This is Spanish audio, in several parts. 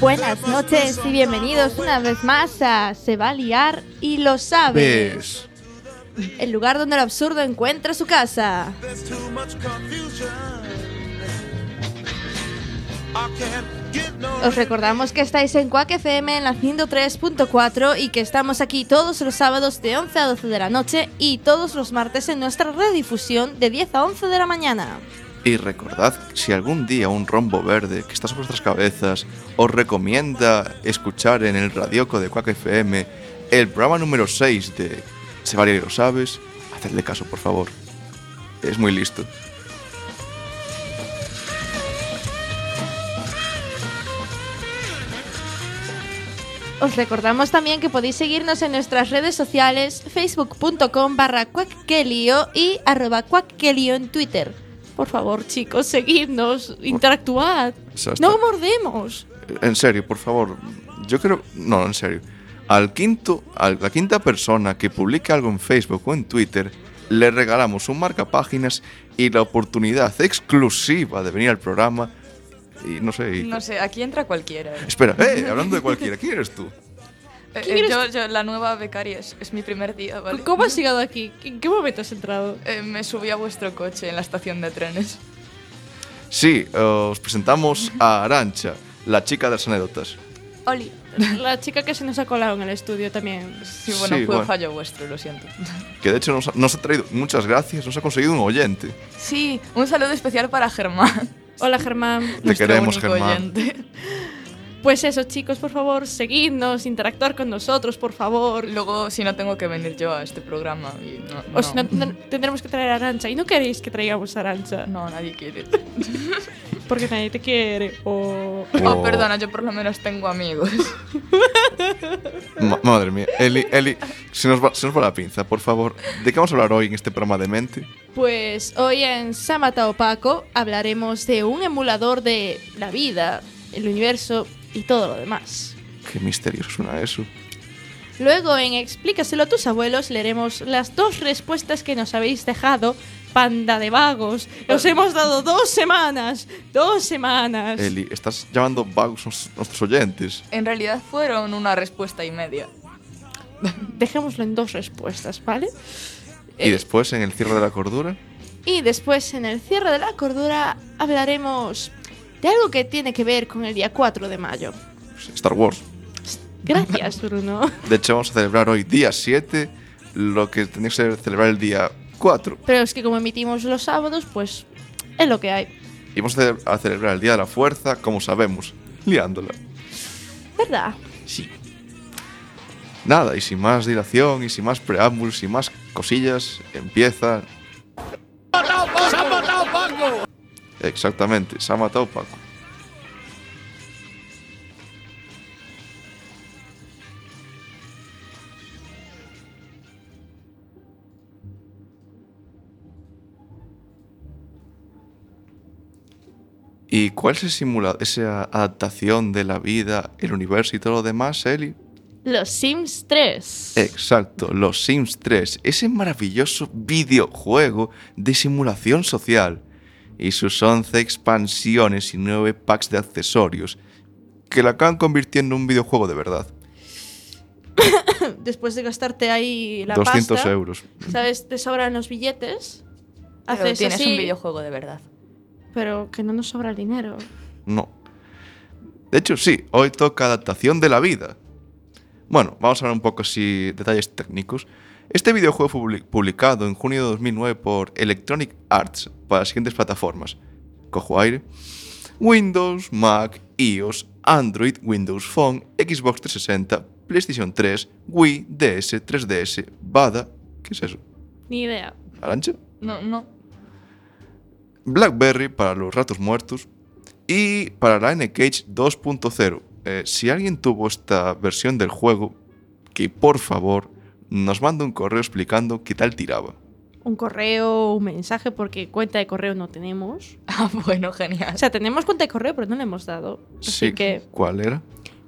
Buenas noches y bienvenidos una vez más a Se va a liar y lo sabe. ¿Ves? El lugar donde el absurdo encuentra su casa. Os recordamos que estáis en Quack FM en la 103.4 y que estamos aquí todos los sábados de 11 a 12 de la noche y todos los martes en nuestra redifusión de 10 a 11 de la mañana. Y recordad, si algún día un rombo verde que está sobre vuestras cabezas os recomienda escuchar en el radioco de Quack FM el programa número 6 de Se vale y lo sabes, hacedle caso, por favor. Es muy listo. Os recordamos también que podéis seguirnos en nuestras redes sociales facebook.com barra cuacquelio y arroba cuacquelio en Twitter. Por favor, chicos, seguidnos, interactuad. sea, está- No mordemos. En serio, por favor. Yo creo. No, en serio. Al quinto, a la quinta persona que publique algo en Facebook o en Twitter, le regalamos un marcapáginas y la oportunidad exclusiva de venir al programa. Y no sé. y- No sé, aquí entra cualquiera. ¿eh? Espera, eh, hablando de cualquiera, ¿quién eres tú? Eh, ¿Quién eh, eres yo, yo, la nueva becaria, es, es mi primer día, ¿vale? ¿Cómo has llegado aquí? ¿En qué momento has entrado? Eh, me subí a vuestro coche en la estación de trenes. Sí, eh, os presentamos a Arancha, la chica de las anécdotas. Oli. La chica que se nos ha colado en el estudio también. Sí, bueno, Sí, fue bueno. fallo vuestro, lo siento. Que de hecho nos ha, nos ha traído, muchas gracias, nos ha conseguido un oyente. Sí, un saludo especial para Germán. Hola Germán. Te queremos, Germán. oyente. Pues eso, chicos, por favor, seguidnos, interactuar con nosotros, por favor. Luego, si no tengo que venir yo a este programa. y no, O si no, tendr- tendremos que traer a Arancha. Y no queréis que traigamos a Arancha. no, nadie quiere. Porque nadie te quiere. O. Oh, perdona, yo por lo menos tengo amigos. Ma- madre mía, Eli, Eli, se nos, va, se nos va la pinza, por favor. ¿De qué vamos a hablar hoy en este programa de mente? Pues hoy en Samata Opaco hablaremos de un emulador de la vida, el universo y todo lo demás. Qué misterioso suena eso. Luego en Explícaselo a tus abuelos leeremos las dos respuestas que nos habéis dejado, panda de vagos. Os hemos dado dos semanas, dos semanas. Eli, estás llamando vagos nos- nuestros oyentes. En realidad fueron una respuesta y media. Dejémoslo en dos respuestas, ¿vale? Eh. Eh, Y después, en el cierre de la cordura, Y después, en el cierre de la cordura, hablaremos de algo que tiene que ver con el día 4 de mayo. pues, Star Wars. Gracias, Bruno. De hecho, vamos a celebrar hoy, día 7, lo que tendría que ser celebrar el día 4. Pero es que como emitimos los sábados, pues es lo que hay. Y vamos a ce- a celebrar el Día de la Fuerza, como sabemos, liándola. ¿Verdad? Sí. Nada, y sin más dilación, y sin más preámbulos, sin más cosillas, empieza. Exactamente, se ha matado Paco. ¿Y cuál se simula esa adaptación de la vida, el universo y todo lo demás, Eli? Los Sims 3. Eh. Exacto, los Sims 3, ese maravilloso videojuego de simulación social y sus 11 expansiones y 9 packs de accesorios que la acaban convirtiendo en un videojuego de verdad. Después de gastarte ahí la 200 pasta, euros. ¿sabes? Te sobran los billetes. Pero Haces tienes así, un videojuego de verdad. pero que no nos sobra el dinero. No. De hecho, sí, hoy toca adaptación de la vida. Bueno, vamos a hablar un poco así detalles técnicos. Este videojuego fue publi- publicado en junio de 2009 por Electronic Arts para las siguientes plataformas. Cojo aire. Windows, Mac, iOS, Android, Windows Phone, Xbox 360, PlayStation 3, Wii, DS, 3DS, Bada. ¿Qué es eso? Ni idea. ¿Arancha? No, no. BlackBerry para los ratos muertos y para la NCage 2.0. Eh, si alguien tuvo esta versión del juego, que por favor nos mande un correo explicando qué tal tiraba. Un correo, un mensaje, porque cuenta de correo no tenemos. Ah, bueno, O genial. sea, tenemos cuenta de correo, pero no le hemos dado. Así que ¿Cuál era?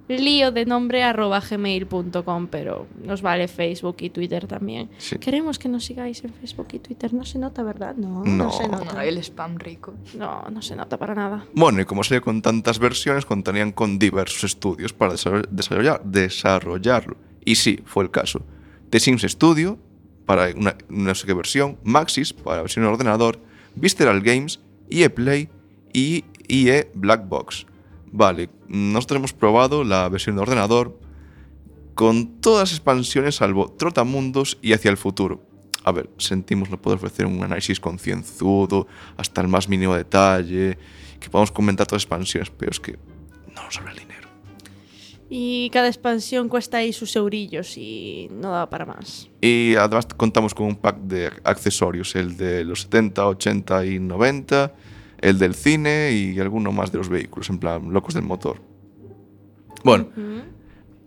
lío de nombre arroba gmail.com, pero nos vale Facebook y Twitter también. Sí. Queremos que nos sigáis en Facebook y Twitter. No se nota, ¿verdad? No, no, No. se nota. Ay, el spam rico. No, no se nota para nada. Bueno, y como salió con tantas versiones, contarían con diversos estudios para desa- desarrollar, desarrollarlo. Y sí, fue el caso. The Sims Studio, para una, no sé qué versión, Maxis, para versión de ordenador, Visceral Games, EA Play y EA Black Box. Vale, nosotros hemos probado la versión de ordenador con todas las expansiones salvo Trotamundos y Hacia el Futuro. A ver, sentimos no poder ofrecer un análisis concienzudo hasta el más mínimo detalle, que podamos comentar todas las expansiones, pero es que no nos sobra el dinero. Y cada expansión cuesta ahí sus eurillos y no da para más. Y además contamos con un pack de accesorios, el de los 70, 80 y 90, el del cine y alguno más de los vehículos, en plan locos del motor. Bueno, Mm. Ujú.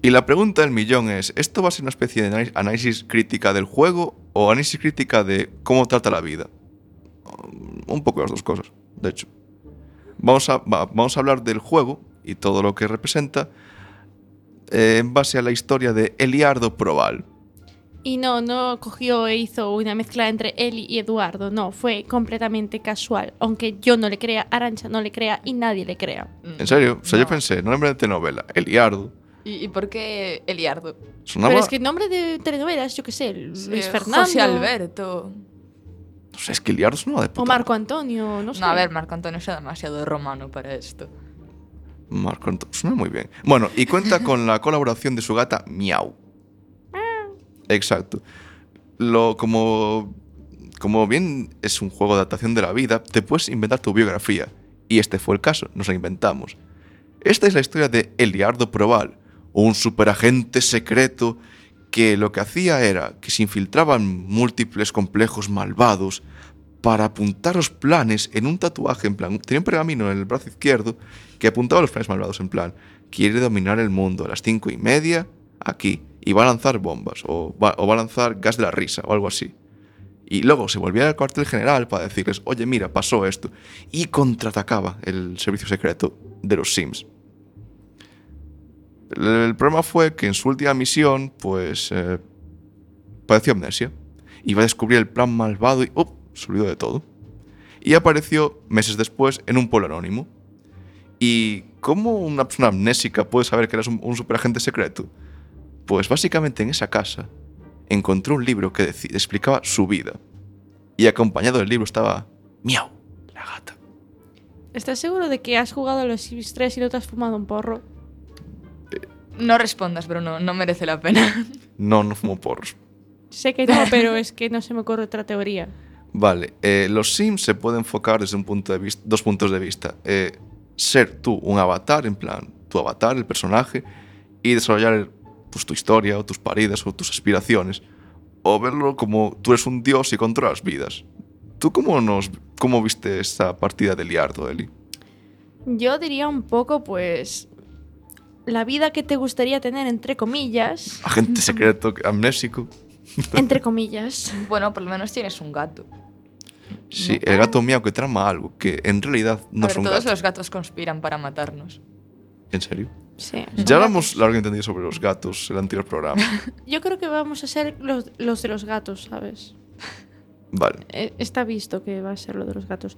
Y la pregunta del millón es, ¿esto va a ser una especie de anali- análisis crítica del juego o análisis crítica de cómo trata la vida? Um, Un poco las dos cosas, de hecho. Vamos a, va- vamos a hablar del juego y todo lo que representa eh, en base a la historia de Eliardo Proval. Y no, no cogió e hizo una mezcla entre Eli y Eduardo. No, fue completamente casual. Aunque yo no le crea, Arancha no le crea y nadie le crea. Mm. ¿En serio? O sea, yo No. pensé, nombre de telenovela, Eliardo. ¿Y, y por qué Eliardo? Sonaba, Pero es que el nombre de telenovelas, yo qué sé, Luis Eh, Fernando. José Alberto. no sé, es que Eliardo es de puta O Marco Antonio, no sé. No, a ver, Marco Antonio es demasiado romano para esto. Marco Antonio. Suena muy bien. Bueno, y cuenta con la colaboración de su gata Miau. Exacto. Lo, como, como bien es un juego de adaptación de la vida, te puedes inventar tu biografía. Y este fue el caso, nos la inventamos. Esta es la historia de Eliardo Proval, un superagente secreto que lo que hacía era que se infiltraba en múltiples complejos malvados para apuntar los planes en un tatuaje, en plan, tenía un pergamino en el brazo izquierdo que apuntaba los planes malvados, en plan, quiere dominar el mundo a las cinco y media aquí y va a lanzar bombas o va, o va a lanzar gas de la risa o algo así. Y luego se volvía al cuartel general para decirles, oye, mira, pasó esto. Y contraatacaba el servicio secreto de los Sims. El, el problema fue que en su última misión, pues, eh, padeció amnesia. Iba a descubrir el plan malvado y, ¡up!, se olvidó de todo. Y apareció meses después en un pueblo anónimo. ¿Y cómo una persona amnésica puede saber que eres un, un superagente secreto? Pues básicamente en esa casa encontró un libro que deci- explicaba su vida. Y acompañado del libro estaba Miau, la gata. ¿Estás seguro de que has jugado a los Sims 3 y no te has fumado un porro? No respondas, Bruno, no merece la pena. No, no fumo porros. Sé que no, pero es que no se me ocurre otra teoría. Vale, eh, los Sims se pueden enfocar desde un punto de vista, dos puntos de vista. Eh, ser tú un avatar, en plan, tu avatar, el personaje, y desarrollar el- pues, tu historia o tus paridas o tus aspiraciones. O verlo como tú eres un dios y controlas vidas. ¿Tú cómo, nos, cómo viste esta partida de Liardo, Eli? Yo diría un poco, pues. La vida que te gustaría tener, entre comillas. Agente secreto, amnésico. Entre comillas. Bueno, por lo menos tienes un gato. Sí, el gato miau que trama algo que en realidad no A ver, es un todos gato. los gatos conspiran para matarnos. ¿En serio? Sí. Ya hablamos largo y entendido sobre los gatos en el anterior programa. Yo creo que vamos a ser los, los de los gatos, ¿sabes? Vale. Eh, Está visto que va a ser lo de los gatos.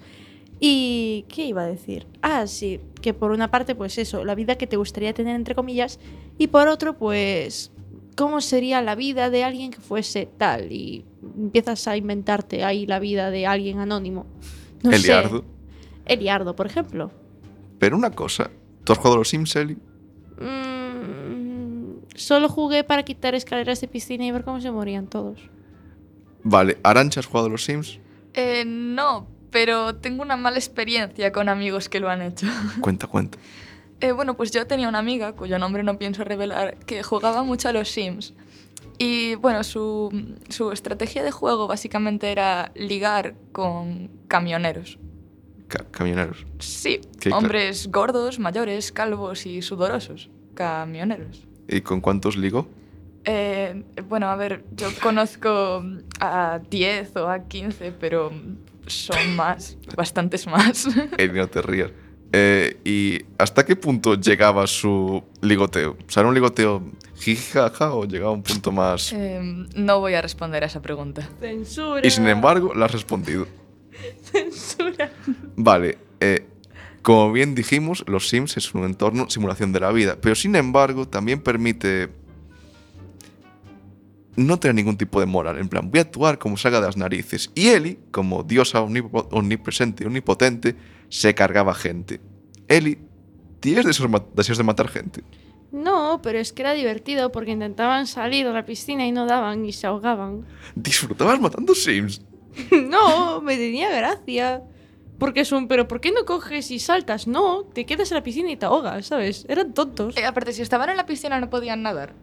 ¿Y qué iba a decir? Ah, sí, que por una parte, pues eso, la vida que te gustaría tener, entre comillas, y por otro, pues, cómo sería la vida de alguien que fuese tal, y empiezas a inventarte ahí la vida de alguien anónimo. No sé. Eliardo. Eliardo, por ejemplo. Pero una cosa, ¿tú has jugado a los Sims, Eli? Mm, solo jugué para quitar escaleras de piscina y ver cómo se morían todos. Vale, Arancha, ¿has jugado a los Sims? Eh, no, pero tengo una mala experiencia con amigos que lo han hecho. Cuenta, cuenta. Eh, bueno, pues yo tenía una amiga, cuyo nombre no pienso revelar, que jugaba mucho a los Sims. Y bueno, su, su estrategia de juego básicamente era ligar con camioneros. Ca- camioneros. Sí, Qué cla- hombres gordos, mayores, calvos y sudorosos. Camioneros. ¿Y con cuántos ligó? Eh, bueno, a ver, yo conozco a 10 o a 15, pero son más, bastantes más. Eli, no te rías. Eh, ¿Y hasta qué punto llegaba su ligoteo? O sea, ¿era un ligoteo jijaja o llegaba a un punto más...? Eh, no voy a responder a esa pregunta. Censura. Y sin embargo, la has respondido. Censura. Vale, eh, como bien dijimos, los Sims es un entorno simulación de la vida, pero sin embargo también permite no tener ningún tipo de moral, en plan, voy a actuar como salga de las narices. Y Eli, como diosa omnipo- omnipresente y omnipotente, se cargaba gente. Eli, ¿tienes deseos, ma- deseos de matar gente? No, pero es que era divertido porque intentaban salir a la piscina y no daban y se ahogaban. ¿Disfrutabas matando Sims? No, me tenía gracia. Porque es un, pero ¿por qué no coges y saltas? No, te quedas en la piscina y te ahogas, ¿sabes? Eran tontos. Eh, aparte, si estaban en la piscina no podían nadar.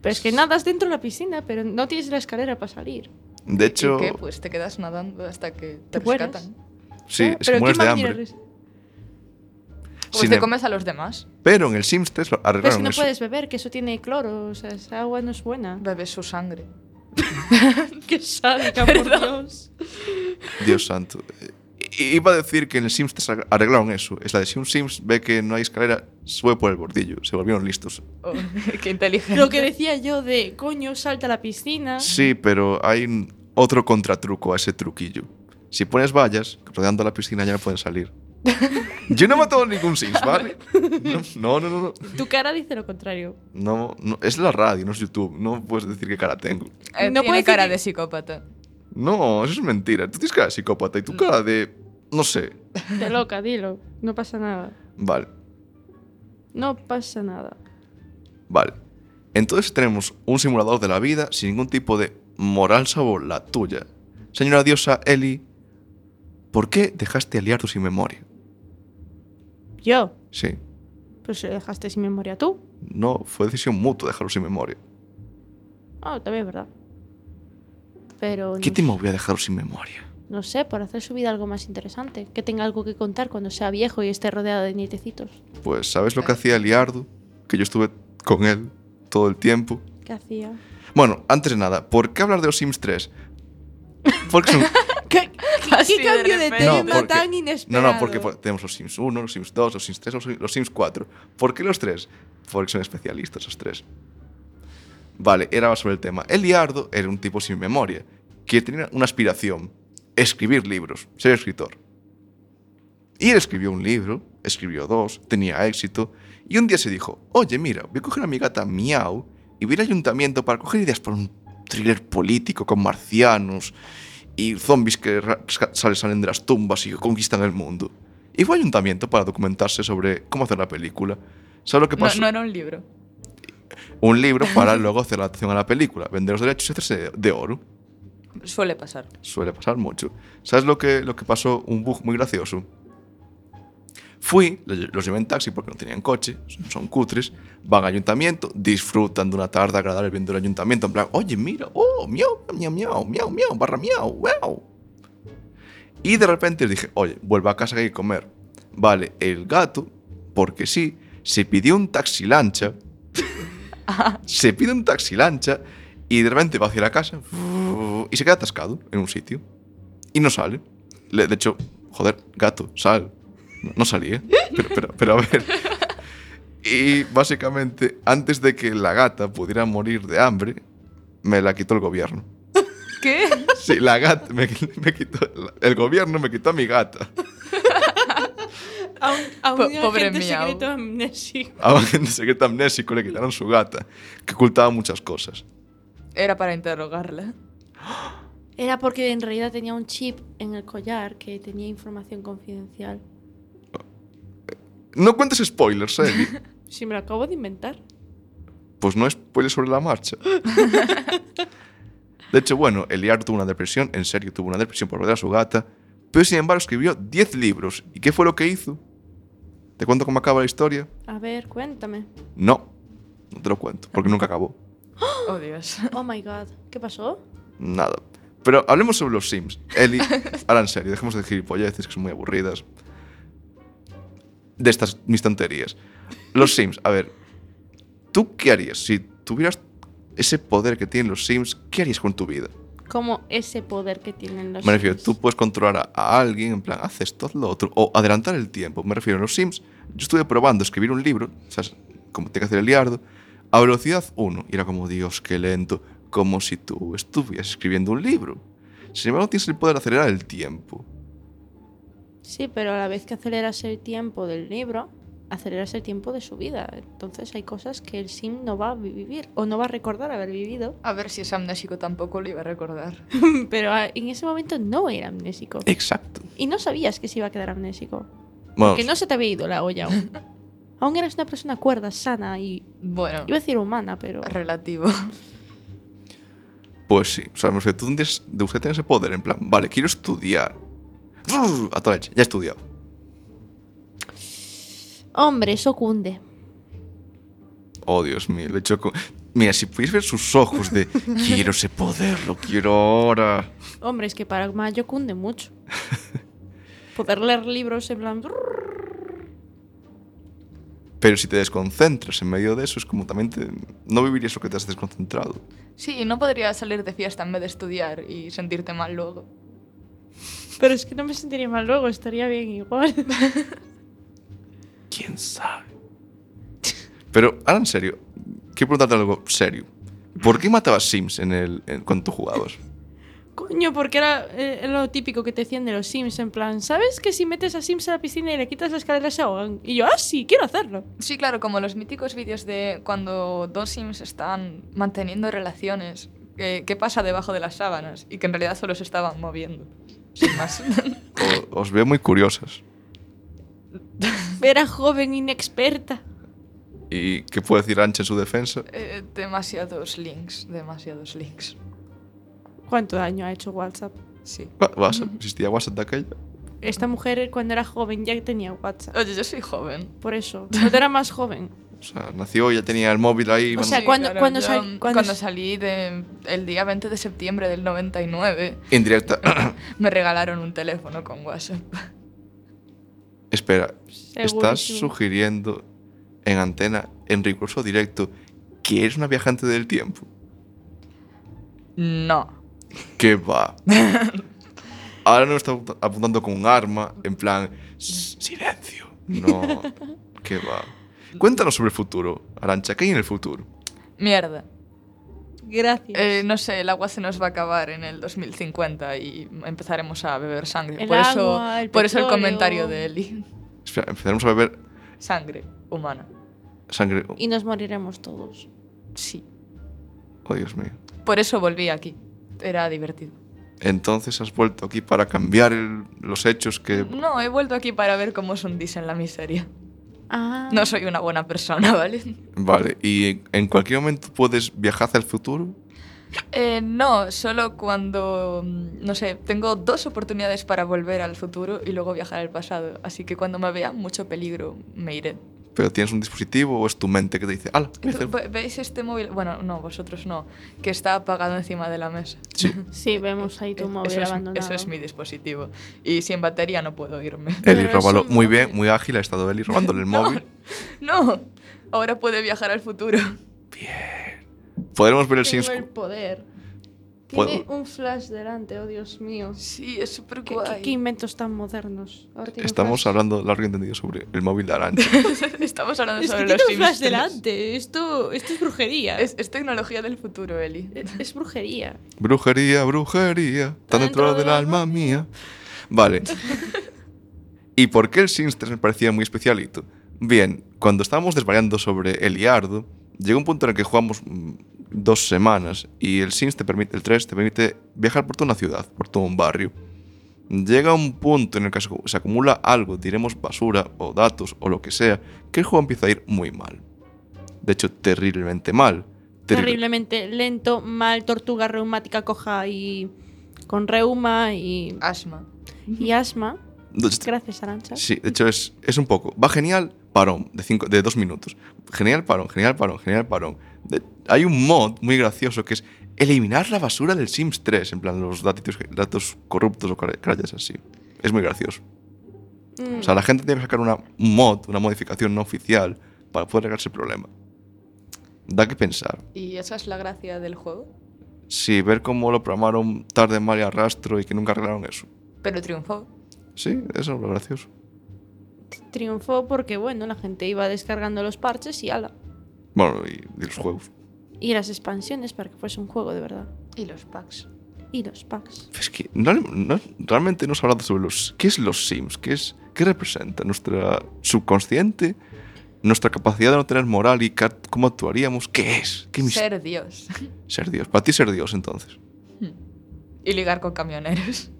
Pero es que nadas dentro de la piscina, pero no tienes la escalera para salir. De ¿Y hecho, qué? Pues te quedas nadando hasta que te, Te mueres. rescatan. sí, ¿Eh? es que Pero mueres de ¿quién va a hambre. mirar? Pues Sin te em- comes a los demás. Pero en el Sims 3 lo Pero es arreglaron que no eso. puedes beber, que eso tiene cloro, o sea, esa agua no es buena. Bebes su sangre. que salga, por Dios. Dios santo. I- Iba a decir que en el Sims 3 arreglaron eso. Es la de si un Sims ve que no hay escalera, sube por el bordillo. Se volvieron listos. Oh, qué inteligente. Lo que decía yo de, coño, salta a la piscina. Sí, pero hay un- otro contratruco a ese truquillo. Si pones vallas rodeando la piscina ya no pueden salir. Yo no he matado a ningún Sims, ¿vale? No, no, no, no. Tu cara dice lo contrario. No, no, Es la radio, no es YouTube. No puedes decir qué cara tengo. Eh, No tiene puedes cara decir- de psicópata. No, eso es mentira. Tú tienes cara de psicópata y tu cara de... No sé. De loca, dilo. No pasa nada. Vale. No pasa nada. Vale. Entonces tenemos un simulador de la vida sin ningún tipo de moral salvo la tuya. Señora diosa Eli, ¿por qué dejaste aliar tu sin memoria? Yo, Sí. pues si lo dejaste sin memoria tú. No, fue decisión mutua dejarlo sin memoria. Ah, también es verdad. Pero ¿Qué no, te movió a dejarlo sin memoria? no sé, por hacer su vida algo más interesante. Que tenga algo que contar cuando sea viejo y esté rodeado de nietecitos. Pues, ¿sabes lo que hacía Eliardo? Que yo estuve con él todo el tiempo. ¿Qué hacía? Bueno, antes de nada, ¿por qué hablar de los Sims 3? Porque son- ¿Qué, Así de cambio de, repente. tema No, porque- tan No, inesperado? no, porque por- tenemos los Sims 1, los Sims 2, los Sims 3, los, los Sims 4. ¿Por qué los tres? Porque son especialistas los tres. Vale, era sobre el tema. Eliardo era un tipo sin memoria, que tenía una aspiración, escribir libros, ser escritor. Y él escribió un libro, escribió dos, tenía éxito, y un día se dijo, oye, mira, voy a coger a mi gata Miau y voy a ir al ayuntamiento para coger ideas para un thriller político con marcianos y zombies que ra- sa- salen, salen de las tumbas y conquistan el mundo. Y fue al ayuntamiento para documentarse sobre cómo hacer la película. ¿Sabes lo que No, pasó? no era un libro. Un libro para luego hacer la adaptación a la película, vender los derechos y hacerse de- de oro. Suele pasar. Suele pasar mucho. ¿Sabes lo que, lo que pasó? Un bug muy gracioso. Fui, lo lle- los llevé en taxi porque no tenían coche, son, son cutres, van al ayuntamiento, disfrutan de una tarde agradable viendo el ayuntamiento, en plan, oye, mira, oh, miau, miau, miau, miau, miau, barra miau, wow. Y de repente les dije, oye, vuelva a casa que hay que comer. Vale, el gato, porque sí, se pidió un taxi lancha, se pide un taxi lancha y de repente va hacia la casa y se queda atascado en un sitio y no sale. Le- de hecho, joder, gato, sal. No, no salía, pero, pero, pero a ver. Y básicamente, antes de que la gata pudiera morir de hambre, me la quitó el gobierno. ¿Qué? Sí, la gata me, me quitó, el gobierno me quitó a mi gata. A un, a un Po- pobre agente Miau. secreto amnésico. A un agente secreto amnésico le quitaron su gata, que ocultaba muchas cosas. Era para interrogarla. Era porque en realidad tenía un chip en el collar que tenía información confidencial. No cuentes spoilers, Eli. Si me lo acabo de inventar. Pues no es spoilers sobre la marcha. De hecho, bueno, Eliar tuvo una depresión, en serio, tuvo una depresión por perder a su gata, pero sin embargo escribió 10 libros. ¿Y qué fue lo que hizo? ¿Te cuento cómo acaba la historia? A ver, cuéntame. No, no te lo cuento, porque nunca acabó. Oh, Dios. Oh my god, ¿qué pasó? Nada. Pero hablemos sobre los Sims. Eli, ahora en serio, dejemos de gilipolleces que son muy aburridas. De estas mis tonterías. Los Sims, a ver. ¿Tú qué harías si tuvieras ese poder que tienen los Sims? ¿Qué harías con tu vida? como ese poder que tienen los Me refiero, Sims. tú puedes controlar a, a alguien, en plan, haz esto, haz lo otro, o adelantar el tiempo. Me refiero, en los Sims, yo estuve probando escribir un libro, ¿sabes? Como tiene que hacer el liardo, a velocidad 1. Y era como, Dios, qué lento, como si tú estuvieras escribiendo un libro. Sin embargo, tienes el poder de acelerar el tiempo. Sí, pero a la vez que aceleras el tiempo del libro, aceleras el tiempo de su vida. Entonces hay cosas que el sim no va a vivir o no va a recordar haber vivido, A ver si es amnésico tampoco lo iba a recordar. pero a- en ese momento no era amnésico. Exacto. Y no sabías que se iba a quedar amnésico. Bueno, Que no se te había ido la olla aún. aún eras una persona cuerda, sana y... Bueno, Iba a decir humana, pero... relativo. pues sí. O sea, me refiero, tú tienes, de usted tiene ese poder, en plan, vale, quiero estudiar. A toda leche, ya he estudiado. Hombre, eso cunde. Oh, Dios mío, le choco. Mira, si pudies ver sus ojos de quiero ese poder, lo quiero ahora. Hombre, es que para Mayo cunde mucho. Poder leer libros en plan... Pero si te desconcentras en medio de eso, es como también te- no vivirías lo que te has desconcentrado. Sí, no podría salir de fiesta en vez de estudiar y sentirte mal luego. Pero es que no me sentiría mal luego, estaría bien igual. ¿Quién sabe? Pero, ahora en serio, quiero preguntarte algo serio. ¿Por qué matabas Sims en el, en- cuando tú jugabas? Coño, porque era eh, lo típico que te decían de los Sims, en plan, ¿sabes que si metes a Sims a la piscina y le quitas la escalera se ahogan? Y yo, ah, sí, quiero hacerlo. Sí, claro, como los míticos vídeos de cuando dos sims están manteniendo relaciones, que, que pasa debajo de las sábanas y que en realidad solo se estaban moviendo. Sin más. O- os veo muy curiosas. Era joven, inexperta. ¿Y qué puede decir Anche en su defensa? Eh, demasiados links, demasiados links. ¿Cuánto daño ha hecho WhatsApp? Sí. Wa- ¿WhatsApp? ¿Existía WhatsApp de aquella? Esta mujer cuando era joven ya tenía WhatsApp. Oye, yo soy joven. Por eso, cuando era más joven. O sea, nació y ya tenía el móvil ahí. O sea, mandando- cuando- cuando yo, sal- cuando cuando s- salí de, el día 20 de septiembre del 99, En directa. me regalaron un teléfono con WhatsApp. Espera, ¿estás Segurísimo. sugiriendo en antena, en recurso directo, que eres una viajante del tiempo? No. ¿Qué va? Ahora no está apunta- apuntando con un arma, en plan, "S- silencio. No, ¿qué va? Cuéntanos sobre el futuro, Arancha, ¿qué hay en el futuro? Mierda. Gracias. Eh, no sé, el agua se nos va a acabar en el 2050 y empezaremos a beber sangre. El por eso, agua, el por eso el petróleo. comentario de Eli. Espera, empezaremos a beber Sangre humana. sangre. Y nos moriremos todos. Sí. Oh, Dios mío. Por eso volví aquí. Era divertido. Entonces has vuelto aquí para cambiar el- los hechos que... No, he vuelto aquí para ver cómo os hundís en la miseria. Ah. No soy una buena persona, ¿vale? Vale, y en- en cualquier momento puedes viajar hacia el futuro. Eh, no, solo cuando, mm, no sé, tengo dos oportunidades para volver al futuro y luego viajar al pasado. Así que cuando me vea mucho peligro, me iré. Pero tienes un dispositivo o es tu mente que te dice, ala, voy a hacer-". Ve- ¿Veis este móvil? Bueno, no, vosotros no, que está apagado encima de la mesa. Sí, Sí, vemos Pues ahí tu Eh, móvil eso, es, abandonado. eso es mi dispositivo. Y sin batería no puedo irme. Pero Eli es róbalo. un Muy móvil. bien, muy ágil ha estado Eli robándole el móvil. No, ahora puede viajar al futuro. Podremos ver el Sims. Tengo el poder. Puedo- Tiene un flash delante, oh Dios mío. Sí, es súper ¿Qué, qué- qué guay. inventos tan modernos? Ahora tiene un Estamos flash. hablando largo y entendido sobre el móvil de Arancha. Estamos hablando Es que sobre tiene los un flash Sims tres. delante. Esto, esto es brujería. Es, es tecnología del futuro, Eli. Es- es brujería. brujería, brujería, tan dentro del alma mía. Vale. ¿Y por qué el Sims 3 me parecía muy especialito? Bien, cuando estábamos desvariando sobre Eliardo, llegó un punto en el que jugamos mm, dos semanas y el Sims te permite, el 3 te permite viajar por toda una ciudad, por todo un barrio. Llega un punto en el que se acu- se acumula algo, diremos basura o datos o lo que sea, que el juego empieza a ir muy mal. De hecho, terriblemente mal. Terrible- Terriblemente lento, mal, tortuga reumática coja y con reuma y, Asma. y asma. Dos- Gracias, Arancha. Sí, de hecho es, es un poco. Va genial, parón, de, cinco, de dos minutos. Genial, parón, genial, parón, genial, parón. De- hay un mod muy gracioso que es eliminar la basura del Sims 3, en plan los datos, datos corruptos o cara- carallas así. Es muy gracioso. Mm, O sea, la gente tiene que sacar una, un mod, una modificación no oficial, para poder arreglar ese problema. Da que pensar. ¿Y esa es la gracia del juego? Sí, ver cómo lo programaron tarde, mal y arrastro y que nunca arreglaron eso. Pero triunfó. Sí, eso es lo gracioso. Triunfó porque, bueno, la gente iba descargando los parches y ala. Bueno, y, y los juegos. Y las expansiones para que fuese un juego de verdad. Y los packs. Y los packs. Es que no- no- realmente no se ha hablado sobre los, qué es los Sims, qué, es, qué representa nuestra subconsciente, nuestra capacidad de no tener moral y ca- cómo actuaríamos. ¿Qué es? ¿Qué mis- Ser Dios. Ser Dios. Para ti ser Dios, entonces. y ligar con camioneros.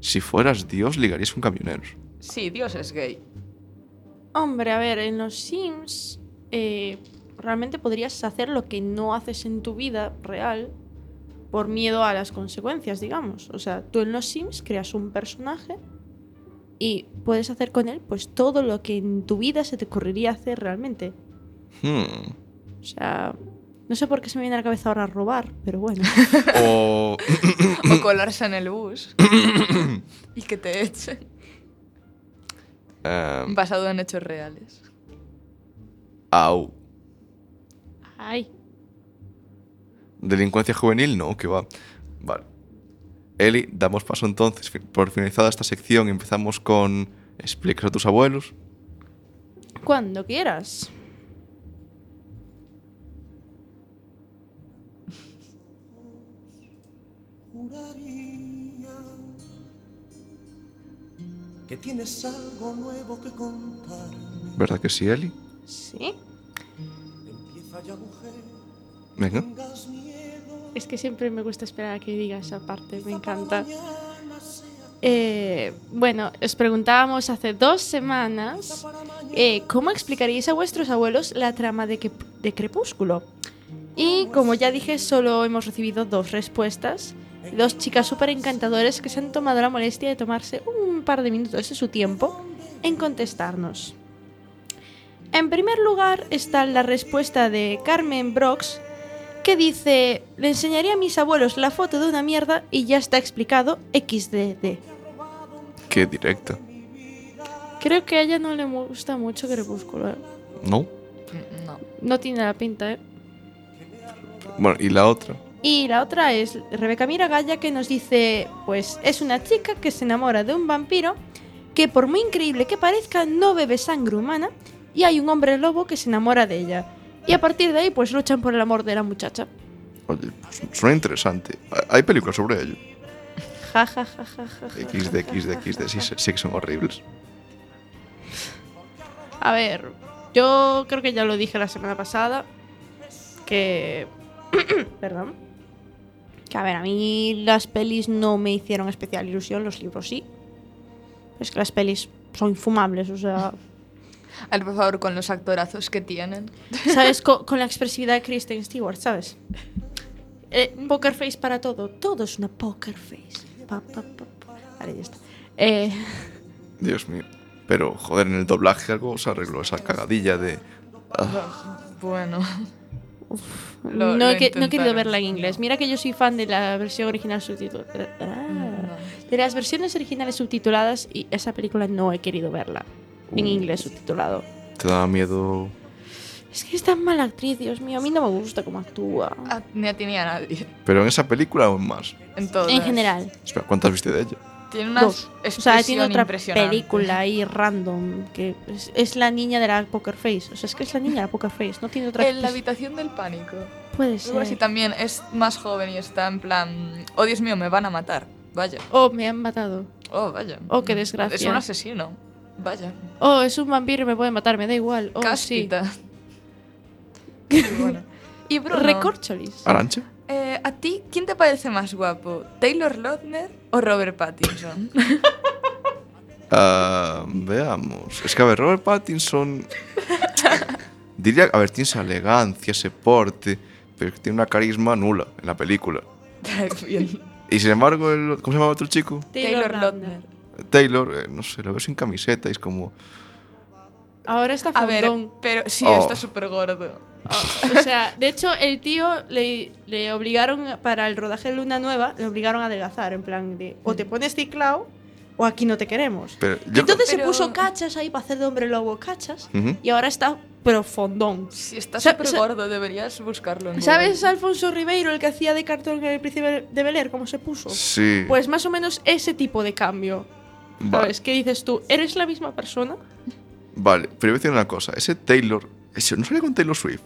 Si fueras Dios, ligarías con camioneros. Sí, Dios es gay. Hombre, a ver, en los Sims eh, realmente podrías hacer lo que no haces en tu vida real por miedo a las consecuencias, digamos. O sea, tú en los Sims creas un personaje y puedes hacer con él pues todo lo que en tu vida se te ocurriría hacer realmente. Hmm. O sea, no sé por qué se me viene a la cabeza ahora robar, pero bueno. O O colarse en el bus. y que te echen. em, Basado en hechos reales. au. Ay. Delincuencia juvenil, no, que va. Vale. Eli, damos paso entonces. fi- Por finalizada esta sección, empezamos con. Explicas a tus abuelos. Cuando quieras. juraría que tienes algo nuevo que contarme. ¿Verdad que sí, Eli? Sí. Empieza ya, mujer, no Venga. tengas miedo. Es que siempre me gusta esperar a que digas esa parte, me quizá para encanta. mañana sea- Eh, bueno, os preguntábamos hace dos quizá semanas para mañana eh, cómo explicaríais a vuestros abuelos la trama de, Crep- de Crepúsculo. Y como ya dije, solo hemos recibido dos respuestas. Dos chicas súper encantadoras que se han tomado la molestia de tomarse un par de minutos de su tiempo en contestarnos. En primer lugar está la respuesta de Carmen Brox, que dice, le enseñaría a mis abuelos la foto de una mierda y ya está explicado XDD. Qué directa. Creo que a ella no le mu- gusta mucho Crepúsculo. ¿eh? ¿No? Mm, No. No tiene la pinta, ¿eh? Bueno, y la otra. Y la otra es Rebeca Miragaya que nos dice, pues es una chica que se enamora de un vampiro que por muy increíble que parezca no bebe sangre humana y hay un hombre lobo que se enamora de ella. Y a partir de ahí pues luchan por el amor de la muchacha. Oye, pues, suena interesante. Ha- Hay películas sobre ello. Ja, ja, ja, ja, ja, ja, XD, ja, ja, XD, XD. Sí, sí que son horribles. A ver, yo creo que ya lo dije la semana pasada. Que. Perdón. Que a ver, a mí las pelis no me hicieron especial ilusión, los libros sí. Pero Es que las pelis son infumables, o sea. Al por favor, con los actorazos que tienen. ¿Sabes? Co- Con, la expresividad de Kristen Stewart, ¿sabes? Eh, poker face para todo. Todo es una poker face. Pa, pa, pa, pa. Vale, ya está. Eh, Dios mío. Pero, joder, en el doblaje algo se arregló esa cagadilla de. "Ah, Bueno. Lo- no, lo he que- no he querido intentaron. verla en inglés. Mira que yo soy fan de la versión original Ah. subtitulada. No. De las versiones originales subtituladas y esa película no he querido verla en Uh. inglés subtitulado. Te da miedo. Es que es tan mala actriz, Dios mío, a mí no me gusta cómo actúa. Ah, ni a ti ni a nadie. Pero en esa película o en más. En todas. En general, Espera, ¿cuántas viste de ella? Tiene una dos. O sea, tiene expresión otra impresionante. película ahí random que es, es la niña de la poker face. O sea, es que es la niña de la poker face, no tiene otra. En la actriz. habitación del pánico. Puede Algo así ser. también es más joven y está en plan. Oh, Dios mío, me van a matar. Vaya. Oh, me han matado. Oh, vaya. Oh, qué desgracia. Es un asesino. Vaya. Oh, es un vampiro y me puede matar, me da igual. Oh, Cáspita. Y bueno. Y sí. Bruno, Recorcholis. ¿Arancha? eh, ¿a ti quién te parece más guapo? ¿Taylor Lautner o Robert Pattinson? Ah, veamos. Es que, a ver, Robert Pattinson. Diría, a ver, tiene esa elegancia, ese porte, pero es que tiene una carisma nula en la película. Bien. Y sin embargo, el- ¿cómo se llama el otro chico? Taylor Lautner. Taylor, eh, no sé, lo veo sin camiseta y es como. Ahora está A ver, fondón. pero sí, Oh. está súper gordo. O sea, de hecho, el tío le, le obligaron para el rodaje de Luna Nueva, le obligaron a adelgazar, en plan de o te pones ciclao o aquí no te queremos. Pero yo- Entonces se Pero- puso cachas ahí para hacer de hombre lobo cachas Ujú. y ahora está profondón. Si está Sa- súper sa- gordo, deberías buscarlo. en Google. ¿Sabes Alfonso Ribeiro, el que hacía de cartón en el príncipe de Bel Air, cómo se puso? Sí. Pues más o menos ese tipo de cambio. Va- ¿Sabes? ¿Qué dices tú? ¿Eres la misma persona? Vale, pero voy a decir una cosa. Ese Taylor. ese- ¿No salía con Taylor Swift?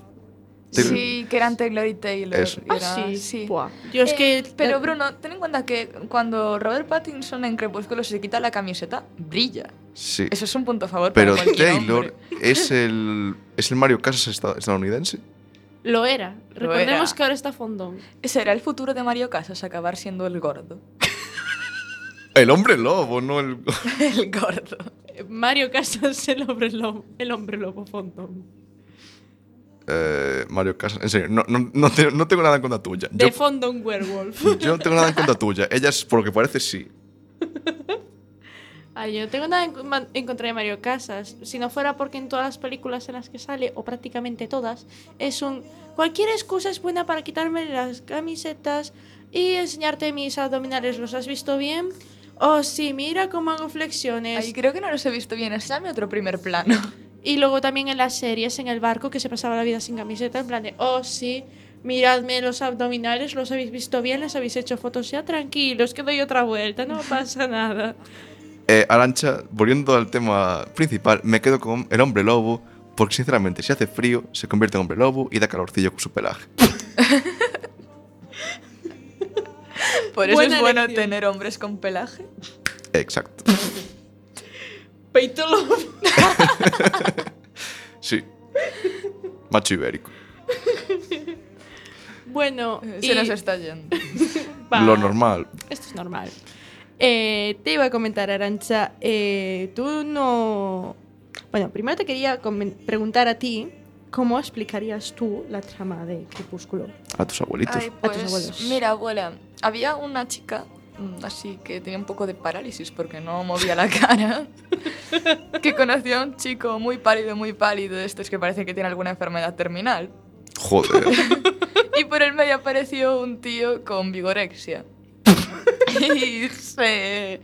Taylor- Sí, que eran Taylor y Taylor. Eso. y Ah, era- sí. sí. Buah. Yo es Eh, que. Pero Bruno, ten en cuenta que cuando Robert Pattinson en Crepúsculo se quita la camiseta, brilla. Sí. Eso es un punto a favor. pero para cualquier Taylor hombre. es el, es el Mario Casas esta- estadounidense. Lo era. Lo Recordemos era. que ahora está fondón. ¿Será el futuro de Mario Casas acabar siendo el gordo? El hombre lobo, no el. el gordo. Mario Casas, el hombre lobo, el hombre lobo fondón. Eh, Mario Casas. En serio, no, no, no, te- no tengo nada en contra tuya. De Yo, fondón werewolf. yo no tengo nada en contra tuya. Ella, es, por lo que parece, sí. Ay, yo no tengo nada en, man- en contra de Mario Casas. Si no fuera porque en todas las películas en las que sale, o prácticamente todas, es un... Cualquier excusa es buena para quitarme las camisetas y enseñarte mis abdominales. ¿Los has visto bien? Oh, sí, mira cómo hago flexiones. Ay, creo que no los he visto bien. Enséñame otro primer plano. Y luego también en las series, en el barco, que se pasaba la vida sin camiseta, en plan de, oh sí, miradme los abdominales, los habéis visto bien, les habéis hecho fotos, ya tranquilos, que doy otra vuelta, no pasa nada. Eh, Arancha, volviendo al tema principal, me quedo con el hombre lobo. Porque sinceramente, si hace frío, se convierte en hombre lobo y da calorcillo con su pelaje. Por eso Buena es bueno elección. tener hombres con pelaje. Exacto. Peito Love. Sí. Macho ibérico. Bueno, Eh, y- Se nos está yendo. va, Lo normal. Esto es normal. Eh, te iba a comentar, Arancha, eh, tú no... Bueno, primero te quería comen- preguntar a ti, ¿cómo explicarías tú la trama de Crepúsculo? A tus abuelitos. Ay, a tus pues, abuelos. mira, abuela, había una chica mm, así que tenía un poco de parálisis porque no movía la cara, que conocía a un chico muy pálido, muy pálido, de estos que parece que tiene alguna enfermedad terminal. Joder. Y por el medio apareció un tío con vigorexia. y se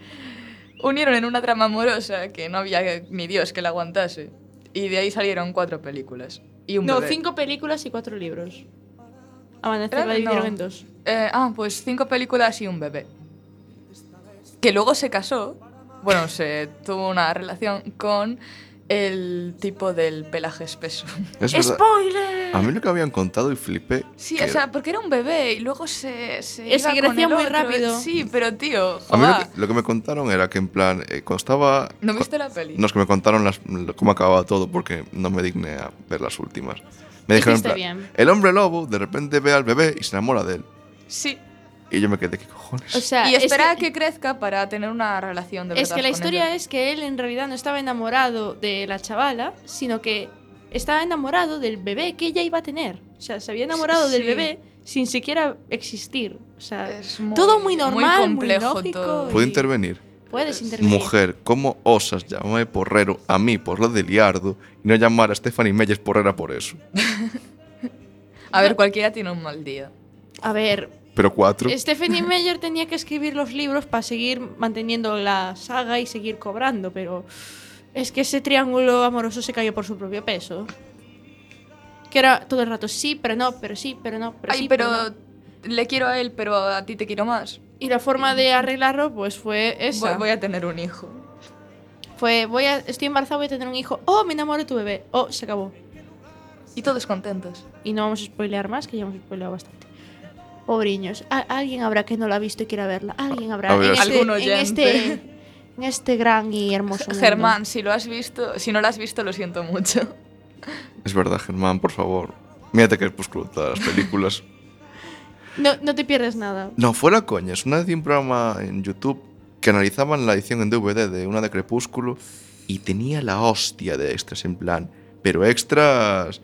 unieron en una trama amorosa que no había ni Dios que la aguantase. Y de ahí salieron cuatro películas. Y un No, bebé. cinco películas y cuatro libros. Ah, Amanecer Claro, la dividieron no. en dos. Eh, ah, pues cinco películas y un bebé. Que luego se casó, bueno, se tuvo una relación con el tipo del pelaje espeso. Es verdad. Ah, ¡Spoiler! A mí lo que habían contado y flipé. Sí, que- o sea, porque era un bebé y luego se... se Es iba que con crecía el muy otro. rápido. Sí, pero tío, A mí lo joa, que, lo que me contaron era que en plan, eh, cuando estaba... ¿no viste la peli? No, es que me contaron las- lo- cómo acababa todo porque no me digné a ver las últimas. Me dijeron en Hiciste plan, bien. el hombre lobo de repente ve al bebé y se enamora de él. Sí. Y yo me quedé, ¿qué cojones? O sea, Y espera es que, a que crezca para tener una relación de verdad es que la con historia ella. es que él en realidad no estaba enamorado de la chavala, sino que estaba enamorado del bebé que ella iba a tener. O sea, se había enamorado del Sí. Eh, bebé sin siquiera existir. O sea, Es todo muy normal, muy complejo lógico. todo. ¿Puedo sí. intervenir? puedes intervenir. Mujer, ¿cómo osas llamarme porrero a mí por lo de Liardo y no llamar a Stephanie Meyers porrera por eso? Pues, A ver, cualquiera tiene un mal día. A ver, Pero cuatro... Stephanie Meyer tenía que escribir los libros para seguir manteniendo la saga y seguir cobrando, pero es que ese triángulo amoroso se cayó por su propio peso. Que era todo el rato sí, pero no, pero sí, pero no, pero Ay, sí, pero, no". le quiero a él, pero a ti te quiero más. Y la forma de arreglarlo pues fue esa. Voy, voy a tener un hijo. Fue, voy a, estoy embarazada, voy a tener un hijo. Oh, me enamoro de tu bebé. Oh, se acabó. Y todos contentos. Y no vamos a spoilear más, que ya hemos spoileado bastante. Pobriños. A- alguien habrá que no la ha visto y quiera verla. Alguien habrá. A ver, en, este, Algún en, oyente. este, en este gran y hermoso mundo. Germán, si lo has visto, si no lo has visto, lo siento mucho. Es verdad, Germán, por favor. Mírate que es todas las películas. No, no te pierdes nada. No, fuera coñas. Una vez vi un programa en YouTube que analizaban la edición en DVD de una de Crepúsculo y tenía la hostia de extras, en plan. Pero extras.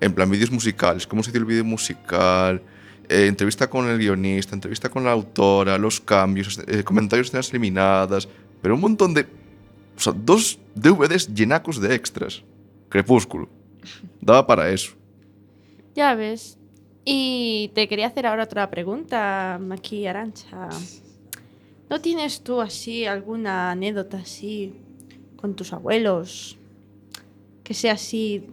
En plan, vídeos musicales. ¿Cómo se hizo el vídeo musical? eh, entrevista con el guionista, entrevista con la autora, los cambios, eh, comentarios de escenas eliminadas. Pero un montón de. O sea, dos DVDs llenacos de extras. Crepúsculo. Daba para eso. Ya ves. Y te quería hacer ahora otra pregunta, aquí Arancha. ¿No tienes tú así alguna anécdota así con tus abuelos? Que sea así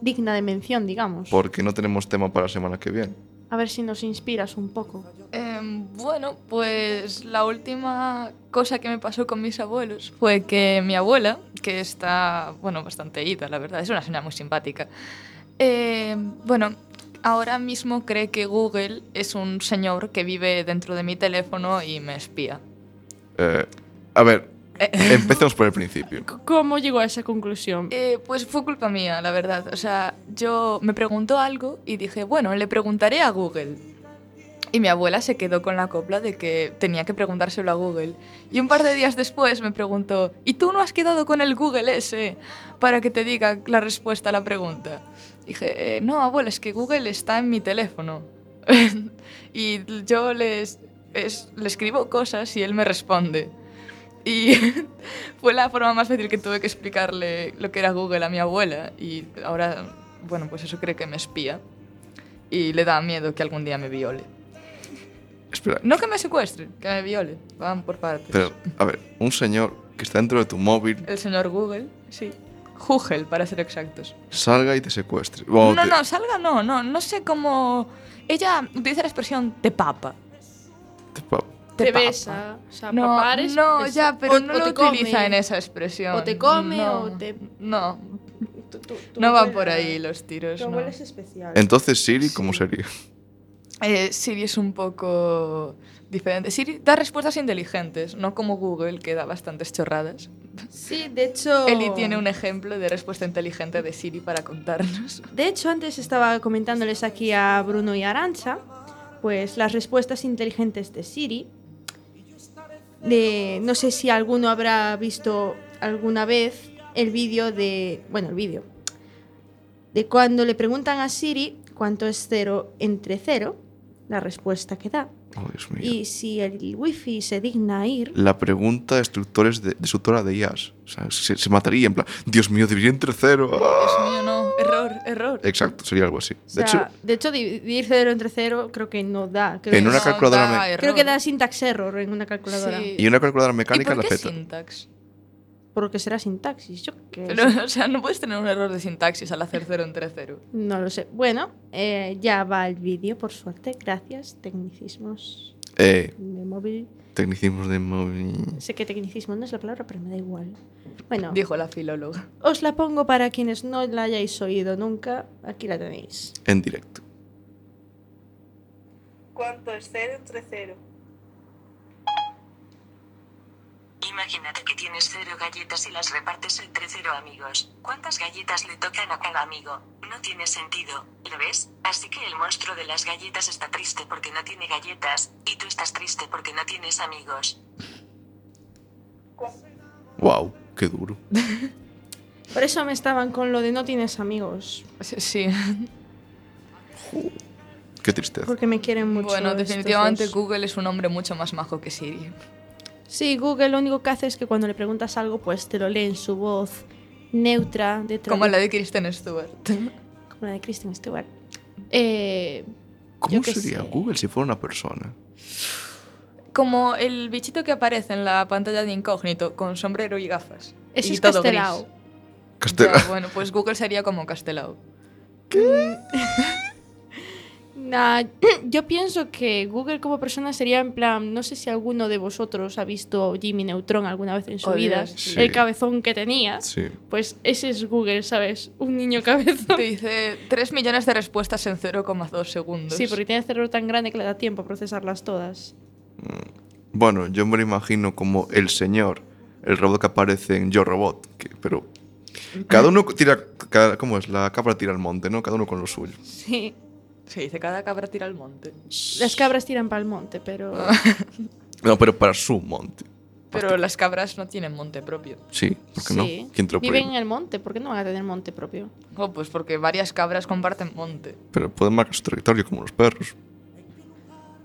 digna de mención, digamos. Porque no tenemos tema para la semana que viene. A ver si nos inspiras un poco. Em, bueno, pues la última cosa que me pasó con mis abuelos fue que mi abuela, que está, bueno, bastante ida, la verdad, es una señora muy simpática, eh, bueno, ahora mismo cree que Google es un señor que vive dentro de mi teléfono y me espía. Eh, a ver, Eh. empecemos por el principio. C- ¿Cómo llegó a esa conclusión? Eh, pues fue culpa mía, la verdad. O sea, yo me preguntó algo y dije, bueno, le preguntaré a Google. Y mi abuela se quedó con la copla de que tenía que preguntárselo a Google. Y un par de días después me preguntó, ¿y tú no has quedado con el Google ese para que te diga la respuesta a la pregunta? Dije, "Eh, no, abuela, es que Google está en mi teléfono. y yo les, es- le escribo cosas y él me responde. Y fue la forma más fácil que tuve que explicarle lo que era Google a mi abuela y ahora, bueno, pues eso cree que me espía y le da miedo que algún día me viole. Espera, No que me secuestre, que me viole, van por partes. pero, a ver, un señor que está dentro de tu móvil El señor Google, sí. Google, para ser exactos. salga y te secuestre. O no, te- no, salga no, no, no sé cómo... Ella utiliza la expresión te papa. te pa- te papa. besa. O sea, No, papar es no, besa- ya, pero o- no o lo te come. utiliza en esa expresión. O te come, No, o te- No, Tu- tu- tu no van abuela- por ahí los tiros. Tu no. abuela es especial. Entonces, Siri, ¿cómo sería? Eh, Siri es un poco diferente. Siri da respuestas inteligentes, no como Google, que da bastantes chorradas. Sí, de hecho. Eli tiene un ejemplo de respuesta inteligente de Siri para contarnos. De hecho, antes estaba comentándoles aquí a Bruno y Arancha, pues las respuestas inteligentes de Siri. De, no sé si alguno habrá visto alguna vez el vídeo de. Bueno, el vídeo. De cuando le preguntan a Siri cuánto es cero entre cero, la respuesta que da. Oh, Dios mío. Y si el wifi se digna a ir. La pregunta de instructores de, de tutora de IAS. O sea, se, se mataría en plan, Dios mío, dividir entre cero. ¡Ah! Dios mío, no. Error, error. Exacto, sería algo así. o De sea, hecho, dividir cero entre cero creo que no da. Creo, En que, una es- cal- calculadora da me- error. creo que da syntax error en una calculadora. Sí. y una calculadora ¿Y mecánica por la qué peta. sintax? Porque será sintaxis, yo qué sé. Pero, o sea, no puedes tener un error de sintaxis al hacer cero entre cero. No lo sé. Bueno, eh, ya va el vídeo, por suerte. Gracias, tecnicismos Eh, de móvil. tecnicismos de móvil. Sé que tecnicismo no es la palabra, pero me da igual. Bueno, Dijo la filóloga. os la pongo para quienes no la hayáis oído nunca. Aquí la tenéis. En directo. ¿Cuánto es cero entre cero? Imagínate que tienes cero galletas y las repartes entre cero amigos. ¿Cuántas galletas le tocan a cada amigo? No tiene sentido, ¿lo ves? Así que el monstruo de las galletas está triste porque no tiene galletas, y tú estás triste porque no tienes amigos. ¡Wow! ¡Qué duro! Por eso me estaban con lo de no tienes amigos. Sí, Sí. ¡Qué tristeza! Porque me quieren mucho. bueno, estos definitivamente dos. Google es un hombre mucho más majo que Siri. Sí, Google lo único que hace es que cuando le preguntas algo, pues te lo lee en su voz neutra, de Como la de Kristen Stewart. como la de Kristen Stewart. Eh, ¿Cómo qué sería sé. Google si fuera una persona? Como el bichito que aparece en la pantalla de incógnito con sombrero y gafas. ese y es todo Castelao. gris. Castela. Ya, bueno, pues Google sería como Castelao. Nah, Ah, yo pienso que Google como persona sería en plan, no sé si alguno de vosotros ha visto Jimmy Neutron alguna vez en su Oh, vida, Dios, sí. el cabezón que tenía, Sí. pues ese es Google, ¿sabes? Un niño cabezón. Te dice 3 millones de respuestas en 0,2 segundos. Sí, porque tiene el cerebro tan grande que le da tiempo a procesarlas todas. Bueno, yo me lo imagino como el señor, el robot que aparece en Yo Robot. que- pero. Cada uno tira. cada- ¿Cómo es? La cabra tira al monte, ¿no? Cada uno con lo suyo. Sí. Se dice cada cabra tira al monte. Las cabras tiran para el monte, pero... Ah, No, pero para su monte. Pero las cabras no tienen monte propio. Sí, ¿por qué Sí. no? ¿Quién te lo Viven prohíbe? en el monte, ¿por qué no van a tener monte propio? Oh, pues porque varias cabras comparten monte. Pero pueden marcar su territorio como los perros.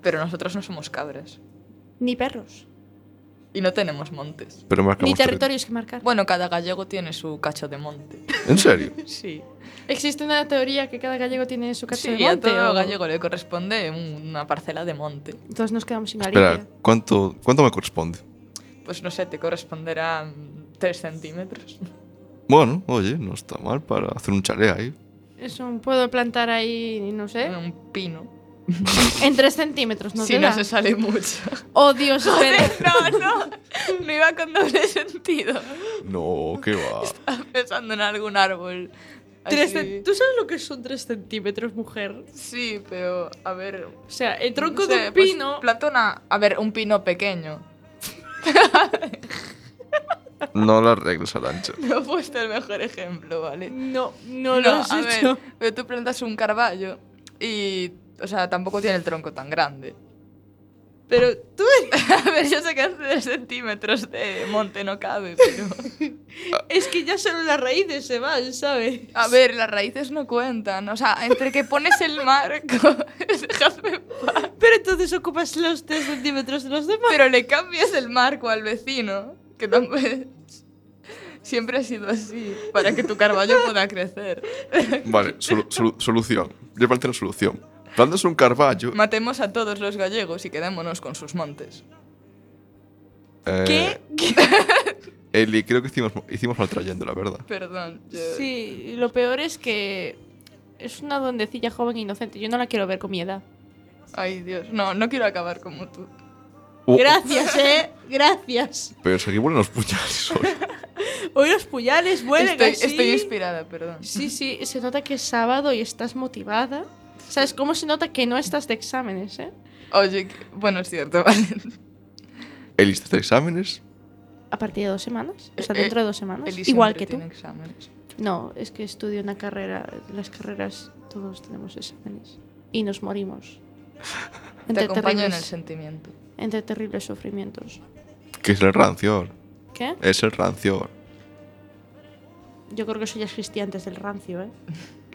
Pero nosotros no somos cabras. Ni perros. Y no tenemos montes. Pero marcamos Ni terri- territorios que marcar. Bueno, cada gallego tiene su cacho de monte. ¿En serio? Sí. Existe una teoría que cada gallego tiene su cacho Sí, de a monte. todo o- gallego le corresponde una parcela de monte. Entonces nos quedamos sin Galicia. Espera, ¿cuánto, ¿cuánto me corresponde? Pues no sé, te corresponderá 3 centímetros. Bueno, oye, no está mal para hacer un chalé ahí. Eso, puedo plantar ahí, no sé. Un pino. En tres centímetros, no si te ¿Eh? no da? se sale mucho. Oh, Dios, espera. no, no. No iba con doble sentido. No, qué va. Estaba pensando en algún árbol. así. Tres cen- ¿Tú sabes lo que son tres centímetros, mujer? Sí, pero a ver. O sea, el tronco no sé, de un pues, pino. planta una- a ver, un pino pequeño. No las reglas, Arancha. No he puesto el mejor ejemplo, ¿vale? no, no lo has a hecho. Ver, pero tú plantas un carballo y. O sea, tampoco tiene el tronco tan grande. Pero tú. a ver, yo sé que hace 3 centímetros de monte no cabe, pero. Es que ya solo las raíces se van, ¿sabes? A ver, las raíces no cuentan. O sea, entre que pones el marco. dejadme en paz. Pero entonces ocupas los tres centímetros de los demás. Pero le cambias el marco al vecino, que tampoco. Siempre ha sido así, para que tu carballo pueda crecer. Vale, solu- solu- solución. Yo planteo una solución. Plantas un carballo. Matemos a todos los gallegos y quedémonos con sus montes. eh, ¿Qué? Eli, creo que hicimos, hicimos mal trayendo, la verdad. Perdón. yo- Sí, lo peor es que es una dondecilla joven e inocente. Yo no la quiero ver con mi edad. Ay, Dios. No, no quiero acabar como tú. Uh, Oh, Gracias, eh. Gracias. pero seguimos en los puñales hoy. Hoy los puñales vuelen Estoy, así. estoy inspirada, perdón. Sí, sí, se nota que es sábado y estás motivada. ¿Sabes cómo se nota que no estás de exámenes, eh? Oye, que- bueno, es cierto, vale. Eli, ¿estás de exámenes? A partir de dos semanas. O sea, Eh, dentro de dos semanas. Eli Igual siempre que tú. tiene exámenes. No, es que estudio una carrera. Las carreras, todos tenemos exámenes. Y nos morimos. Te Entre acompaño en el terribles- sentimiento. entre terribles sufrimientos. Que es el rancio. ¿Qué? Es el rancio. Yo creo que eso ya existía antes del rancio, ¿eh?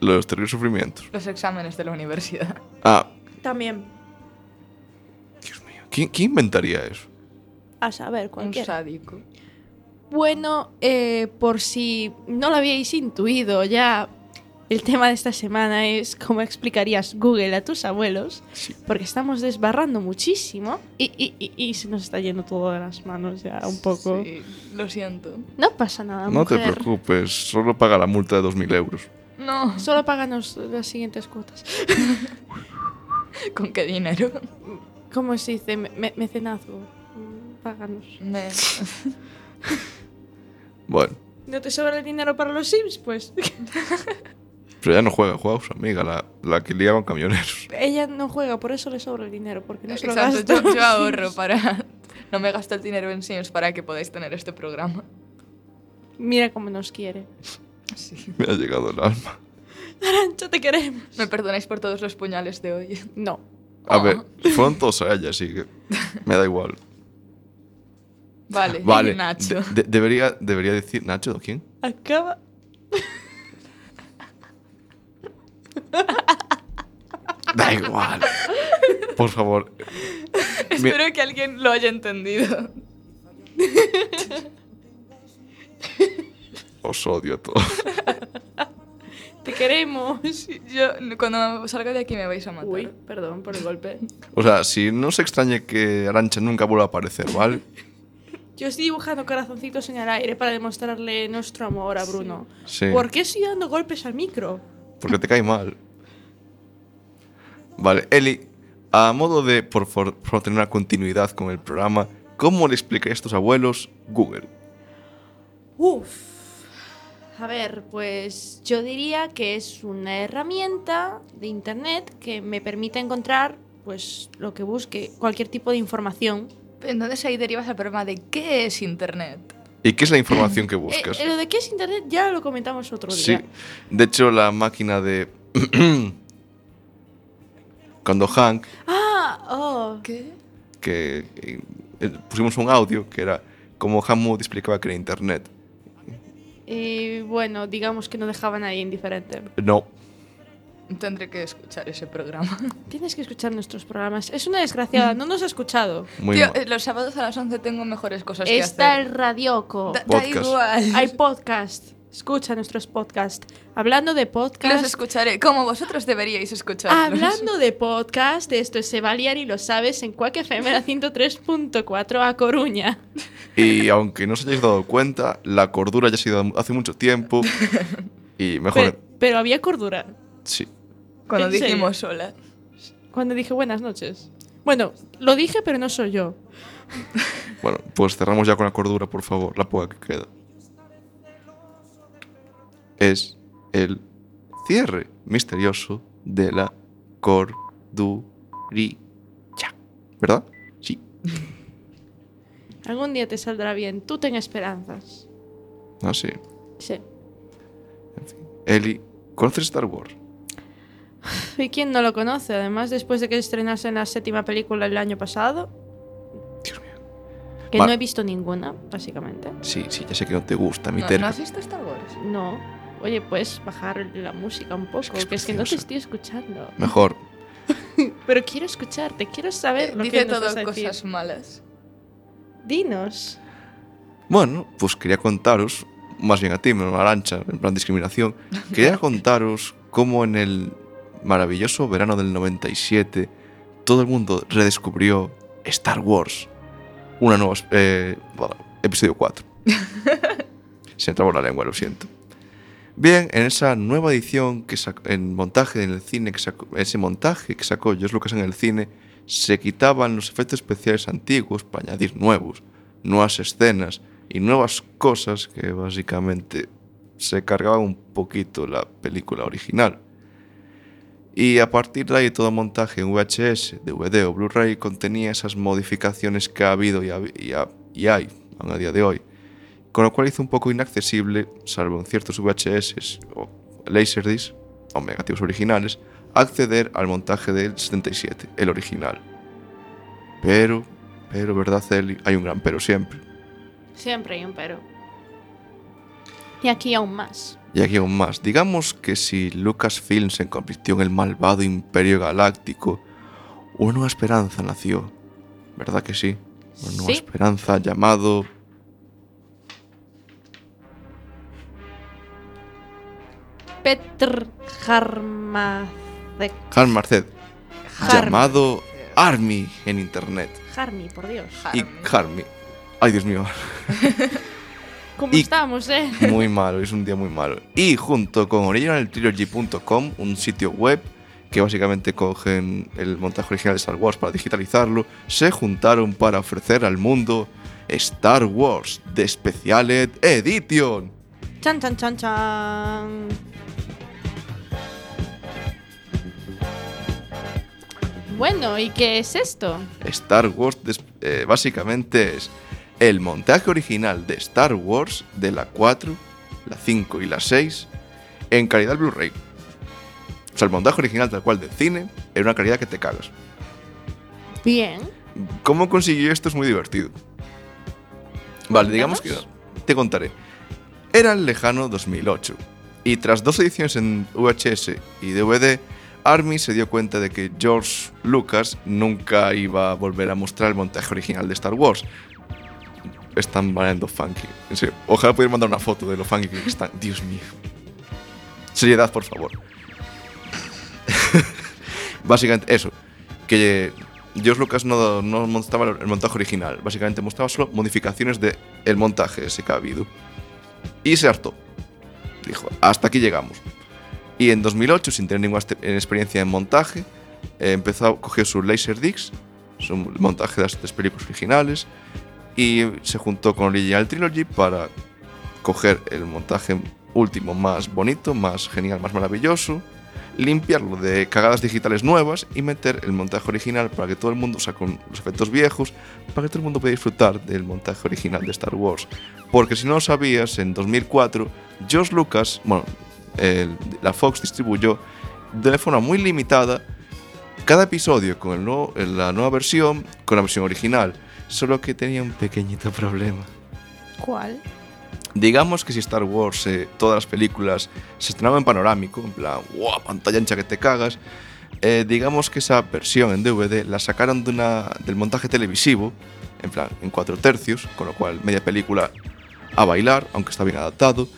Los terribles sufrimientos. Los exámenes de la universidad. Ah, También. ¿quién, quién inventaría eso? A saber, Un cualquiera. sádico. Bueno, eh, por si no lo habíais intuido ya, el tema de esta semana es cómo explicarías Google a tus abuelos, porque estamos desbarrando muchísimo y, y- y- y se nos está yendo todo de las manos ya Ah, un poco. Sí, lo siento. No pasa nada, No te mujer. preocupes, solo paga la multa de 2.000 euros. No. Solo páganos las siguientes cuotas. ¿Con qué dinero? ¿Cómo se dice? Me- me- mecenazgo. Mm, Páganos. Me- Bueno, ¿No te sobra el dinero para los Sims? Pues pero ya no juega, juega a su amiga, la, la que liaba con camioneros. ella no juega, por eso le sobra el dinero, porque no se lo Exacto, gasta. yo, yo ahorro para... No me gasto el dinero en Sims para que podáis tener este programa. Mira cómo nos quiere. Sí. Me ha llegado el alma. Arancha, te queremos. Me perdonáis por todos los puñales de hoy. No. A Oh. ver, fueron todos a ella, así que me da igual. Vale, Vale, Nacho. de- de- debería, debería decir... ¿Nacho o quién? Acaba. Da igual. Por favor. Mi- Espero que alguien lo haya entendido. Os odio a todos. Te queremos. Sí, Yo, cuando salga de aquí me vais a matar. Uy, perdón por el golpe. O sea, si no se extrañe que Arancha nunca vuelva a aparecer, ¿vale? Yo estoy dibujando corazoncitos en el aire para demostrarle nuestro amor a Bruno. Sí. ¿Por qué estoy dando golpes al micro? Porque te cae mal. Vale, Eli, a modo de, por, for- por tener una continuidad con el programa, ¿cómo le explicarías a tus abuelos Google? Uf. A ver, pues yo diría que es una herramienta de internet que me permite encontrar pues lo que busque, cualquier tipo de información. Entonces ahí derivas al problema de qué es Internet. ¿Y qué es la información que Eh, buscas? eh, lo de qué es internet ya lo comentamos otro Sí, día. de hecho la máquina de... Cuando Hank, Ah, oh. ¿Qué? que eh, eh, pusimos un audio que era como Hammond explicaba que era Internet. Y eh, bueno, digamos que no dejaba a nadie indiferente. No, Tendré que escuchar ese programa. Tienes que escuchar nuestros programas. Es una desgraciada, Mm. no nos ha escuchado. muy Tío, mal. eh, los sábados a las 11 tengo mejores cosas Está que el hacer. radioco. Da- Da, Podcast. igual. Hay podcast. Escucha nuestros podcasts. Hablando de Los podcast. escucharé, como vosotros deberíais escucharlos. Hablando de podcast, esto es Sevaliar y lo sabes en Quack FM la 103.4 a Coruña. Y aunque no os hayáis dado cuenta, la cordura ya se ha ido hace mucho tiempo. Y mejor, Pero- Pero había cordura. Sí. Cuando ¿En serio? dijimos sola. Cuando dije buenas noches. Bueno, lo dije, pero no soy yo. Bueno, pues cerramos ya con la cordura, por favor, la poca que queda. Es el cierre misterioso de la cordurilla. ¿Verdad? Sí. Algún día te saldrá bien. Tú ten esperanzas. Ah, sí. Sí. Eli, ¿conoces Star Wars? ¿Y quién no lo conoce? Además, después de que estrenase en la séptima película el año pasado, Dios mío. que Vale. no he visto ninguna, básicamente. Sí, sí, ya sé que no te gusta, mi No, ¿No terca. has visto Star Wars? No. Oye, puedes bajar la música un poco, que es que es que no te preciosa. estoy escuchando. Mejor. Pero quiero escucharte, quiero saber Eh, lo Dice que nos todo vas a decir. cosas malas. Dinos. Bueno, pues quería contaros, más bien a ti, Arancha, en plan discriminación, quería contaros cómo en el maravilloso verano del 97 todo el mundo redescubrió Star Wars, una nueva... eh, bueno, episodio 4. Se me trabó la lengua, lo siento. Bien, en esa nueva edición que sacó, en montaje en el cine, que sacó- ese montaje que sacó George Lucas en el cine, se quitaban los efectos especiales antiguos para añadir nuevos, nuevas escenas y nuevas cosas que básicamente se cargaban un poquito la película original. Y a partir de ahí todo montaje en VHS, DVD o Blu-ray contenía esas modificaciones que ha habido y, hab- y ha- y hay aún a día de hoy, con lo cual hizo un poco inaccesible, salvo en ciertos VHS o Laserdisc o negativos originales, acceder al montaje del 77, el original. Pero, pero, ¿verdad, Eli? Hay un gran pero siempre. Siempre hay un pero. Y aquí aún más. Y aquí aún más, digamos que si Lucasfilm se convirtió en el malvado imperio galáctico, una nueva esperanza nació. ¿Verdad que sí? Una nueva Sí. esperanza llamado... Petr Harmazek. Han Marced. Harm. Llamado Army en internet. Harmi, por Dios. Y Harm. Harmy. Ay, Dios mío. ¿Cómo Y- estamos, eh? Muy malo, es un día muy malo. Y junto con originaltrilogy.com, un sitio web que básicamente cogen el montaje original de Star Wars para digitalizarlo, se juntaron para ofrecer al mundo Star Wars The Special Ed Edition. Chan, chan, chan, chan. Bueno, ¿y qué es esto? Star Wars des- eh, básicamente es el montaje original de Star Wars de la 4, la 5 y la 6 en calidad Blu-ray. O sea, el montaje original tal cual del cine en una calidad que te cagas. Bien. ¿Cómo consiguió esto? Es muy divertido. Vale, digamos que... Cuéntanos. Te contaré. Era el lejano 2008. Y tras dos ediciones en VHS y DVD, Army se dio cuenta de que George Lucas nunca iba a volver a mostrar el montaje original de Star Wars. Están variando funky. En serio, ojalá pudiera mandar una foto de lo funky que están. Dios mío. Seriedad, por favor. Básicamente eso. Que George Lucas no, no mostraba el montaje original. Básicamente mostraba solo modificaciones del el montaje ese que ha habido. Y se hartó. Dijo, hasta aquí llegamos. Y en 2008, sin tener ninguna este- eh, experiencia en montaje, eh, empezó a coger su Laserdisc, su montaje de las tres películas originales, y se juntó con Original Trilogy para coger el montaje último más bonito, más genial, más maravilloso, limpiarlo de cagadas digitales nuevas y meter el montaje original para que todo el mundo, o sea, con los efectos viejos, para que todo el mundo pueda disfrutar del montaje original de Star Wars. Porque si no lo sabías, en 2004, George Lucas, bueno, el- la Fox distribuyó de forma muy limitada cada episodio con el nuevo- la nueva versión, con la versión original, solo que tenía un pequeñito problema. ¿Cuál? Digamos que si Star Wars, eh, todas las películas, se estrenaban en panorámico, en plan, ¡guau! Pantalla ancha que te cagas. eh, digamos que esa versión en DVD la sacaron de una, del montaje televisivo, en plan, en cuatro tercios, con lo cual media película a bailar, aunque está bien adaptado,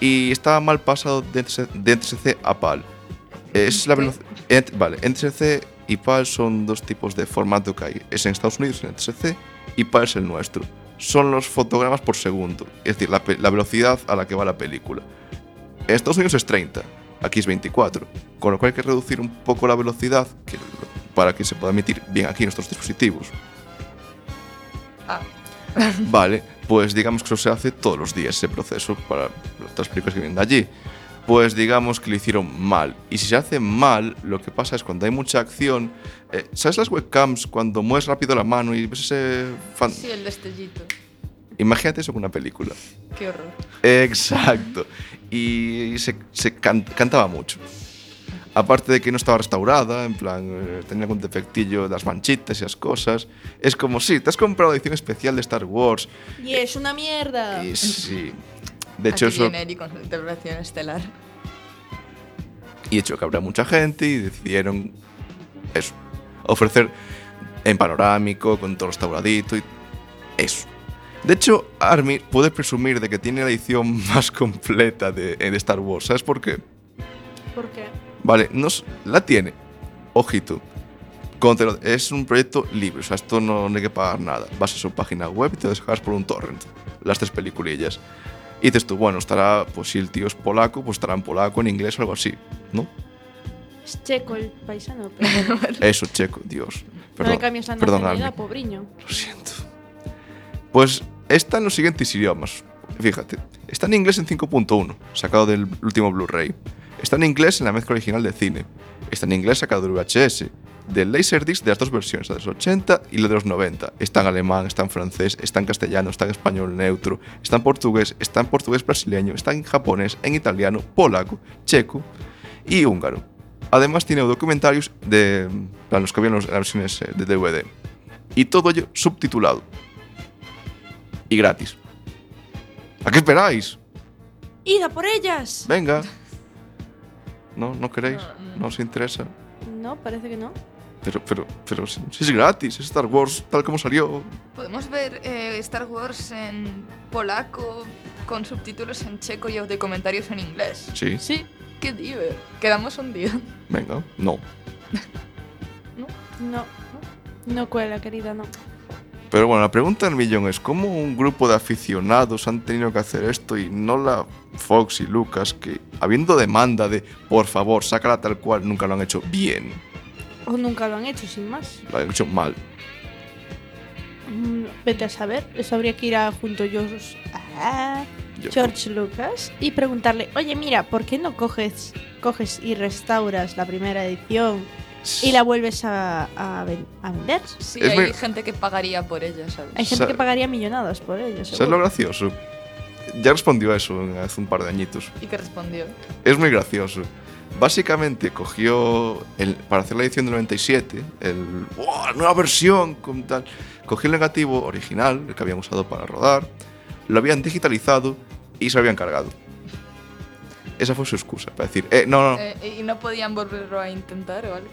y estaba mal pasado de NTSC de NTSC a PAL. Eh, Es la veloc- ent- vale, NTSC y PAL son dos tipos de formato que hay. Es en Estados Unidos, en NTSC, y PAL es el nuestro. Son los fotogramas por segundo, es decir, la, pe- la velocidad a la que va la película. En Estados Unidos es 30, aquí es 24. Con lo cual hay que reducir un poco la velocidad que- para que se pueda emitir bien aquí en nuestros dispositivos. Ah. Vale, pues digamos que eso se hace todos los días, ese proceso para las películas que vienen de allí. Pues digamos que lo hicieron mal. Y si se hace mal, lo que pasa es cuando hay mucha acción. eh, ¿Sabes las webcams cuando mueves rápido la mano y ves ese fan? Sí, el destellito. Imagínate eso en una película. Qué horror. Exacto. Y se, se can- cantaba mucho. Aparte de que no estaba restaurada, en plan, eh, tenía algún defectillo, las manchitas y esas cosas. Es como, sí, te has comprado la edición especial de Star Wars. Y es una mierda. Y sí. De hecho, Aquí eso. viene Eri con su interpretación estelar. Y hecho que habrá mucha gente y decidieron eso. Ofrecer en panorámico, con todo restauradito y eso. De hecho, Army puede presumir de que tiene la edición más completa de, eh, de Star Wars. ¿Sabes por qué? ¿Por qué? Vale, no, s- la tiene. Ojito. Como te lo- Es un proyecto libre, o sea, esto no, no hay que pagar nada. Vas a su página web y te descargas por un torrent las tres peliculillas. Y dices tú, bueno, estará, pues si el tío es polaco, pues estará en polaco, en inglés o algo así, ¿no? Es checo el paisano, pero bueno, Eso, checo, Dios. no Perdón, le cambias la perdón, nacionalidad, Armin, pobriño. lo siento. Pues está en los siguientes idiomas, fíjate. Está en inglés en 5.1, sacado del último Blu-ray. Está en inglés en la mezcla original de cine. Está en inglés sacado del VHS, del Laserdisc de las dos versiones, la de los 80 y la de los 90. Está en alemán, está en francés, está en castellano, está en español neutro, está en portugués, está en portugués brasileño, está en japonés, en italiano, polaco, checo y húngaro. Además tiene documentarios de en plan, los que habían en las versiones eh, de DVD. Y todo ello subtitulado. Y gratis. ¿A qué esperáis? ¡Ida por ellas! Venga. No, no queréis. No, no. No os interesa. No, parece que no. Pero, pero, pero si si es gratis, es Star Wars tal como salió. Podemos ver eh, Star Wars en polaco, con subtítulos en checo y de comentarios en inglés. Sí, Sí, qué diver. Quedamos un día. venga. No. No, no cuela, querida, no. Pero bueno, la pregunta del millón es, ¿cómo un grupo de aficionados han tenido que hacer esto y no la Fox y Lucas, que habiendo demanda de, por favor, sácala tal cual, nunca lo han hecho bien, O nunca lo han hecho, sin más. lo han hecho mal? Mm, Vete a saber, eso habría que ir a junto yo a Yo- George Lucas y preguntarle, oye mira, ¿por qué no coges, coges y restauras la primera edición pues, y la vuelves a, a ven- a vender? Sí, Es hay ver- gente que pagaría por ella, ¿sabes? Hay gente Sa- que pagaría millonadas por ello. ¿Sabes lo seguro. gracioso? Ya respondió a eso hace un par de añitos. Y que respondió. Es muy gracioso. Básicamente cogió, el- para hacer la edición del 97, el, ¡Buah, la nueva versión, con tal. cogió el negativo original, el que habían usado para rodar, lo habían digitalizado y se lo habían cargado. Esa fue su excusa para decir, eh, no, no, Eh, ¿Y no podían volverlo a intentar o algo?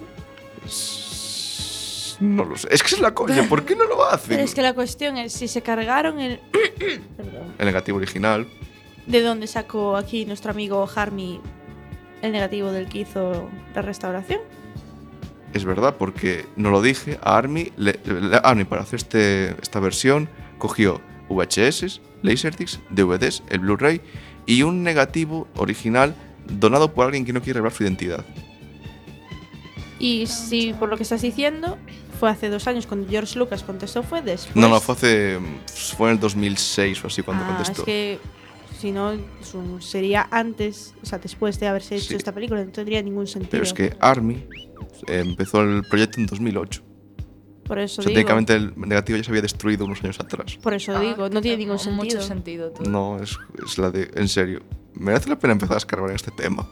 s- no lo sé. Es que es la coña, ¿por qué no lo hacen? Pero es que la cuestión es si se cargaron el... Perdón. El negativo original, ¿De dónde sacó aquí nuestro amigo Harmy el negativo del que hizo la restauración? Es verdad, porque no lo dije, a Army, le- le- Army para hacer este, esta versión cogió VHS, Laserdiscs, DVDs, el Blu-ray y un negativo original donado por alguien que no quiere revelar su identidad. Y si por lo que estás diciendo, fue hace dos años cuando George Lucas contestó, fue después. No, no, fue hace. mm, fue en el 2006 o así cuando Pues ah, contestó. Es que si no, es un- sería antes, o sea, después de haberse hecho Sí. esta película, no tendría ningún sentido. Pero es que Army eh, empezó el proyecto en 2008. por eso O sea, Pues digo, técnicamente el negativo ya se había destruido unos años atrás. por eso Ah, digo, no tiene eh, ningún Mucho sentido. sentido todo. No, es, es la de. En serio, merece la pena empezar a escarbar en este tema.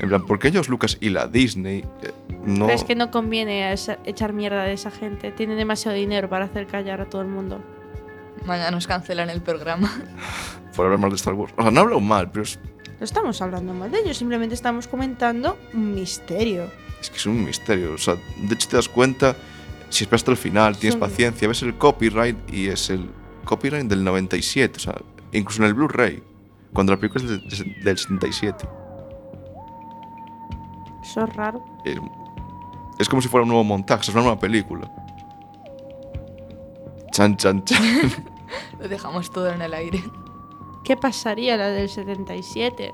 En plan, ¿por qué ellos, Lucas y la Disney eh, no. Pero es que no conviene a esa- echar mierda de esa gente. Tienen demasiado dinero para hacer callar a todo el mundo. Mañana nos cancelan el programa. Por hablar mal de Star Wars. O sea, no hablo mal, pero es, No estamos hablando mal de ellos, simplemente estamos comentando un misterio. es que es un misterio. O sea, de hecho te das cuenta, si esperas hasta el final, tienes Sí. paciencia, ves el copyright y es el copyright del 97. O sea, incluso en el Blu-ray, cuando la película es del, del 77. Eso es raro. Es, es como si fuera un nuevo montaje, es una nueva película. Chan, chan, chan. Lo dejamos todo en el aire. ¿Qué pasaría la del 77?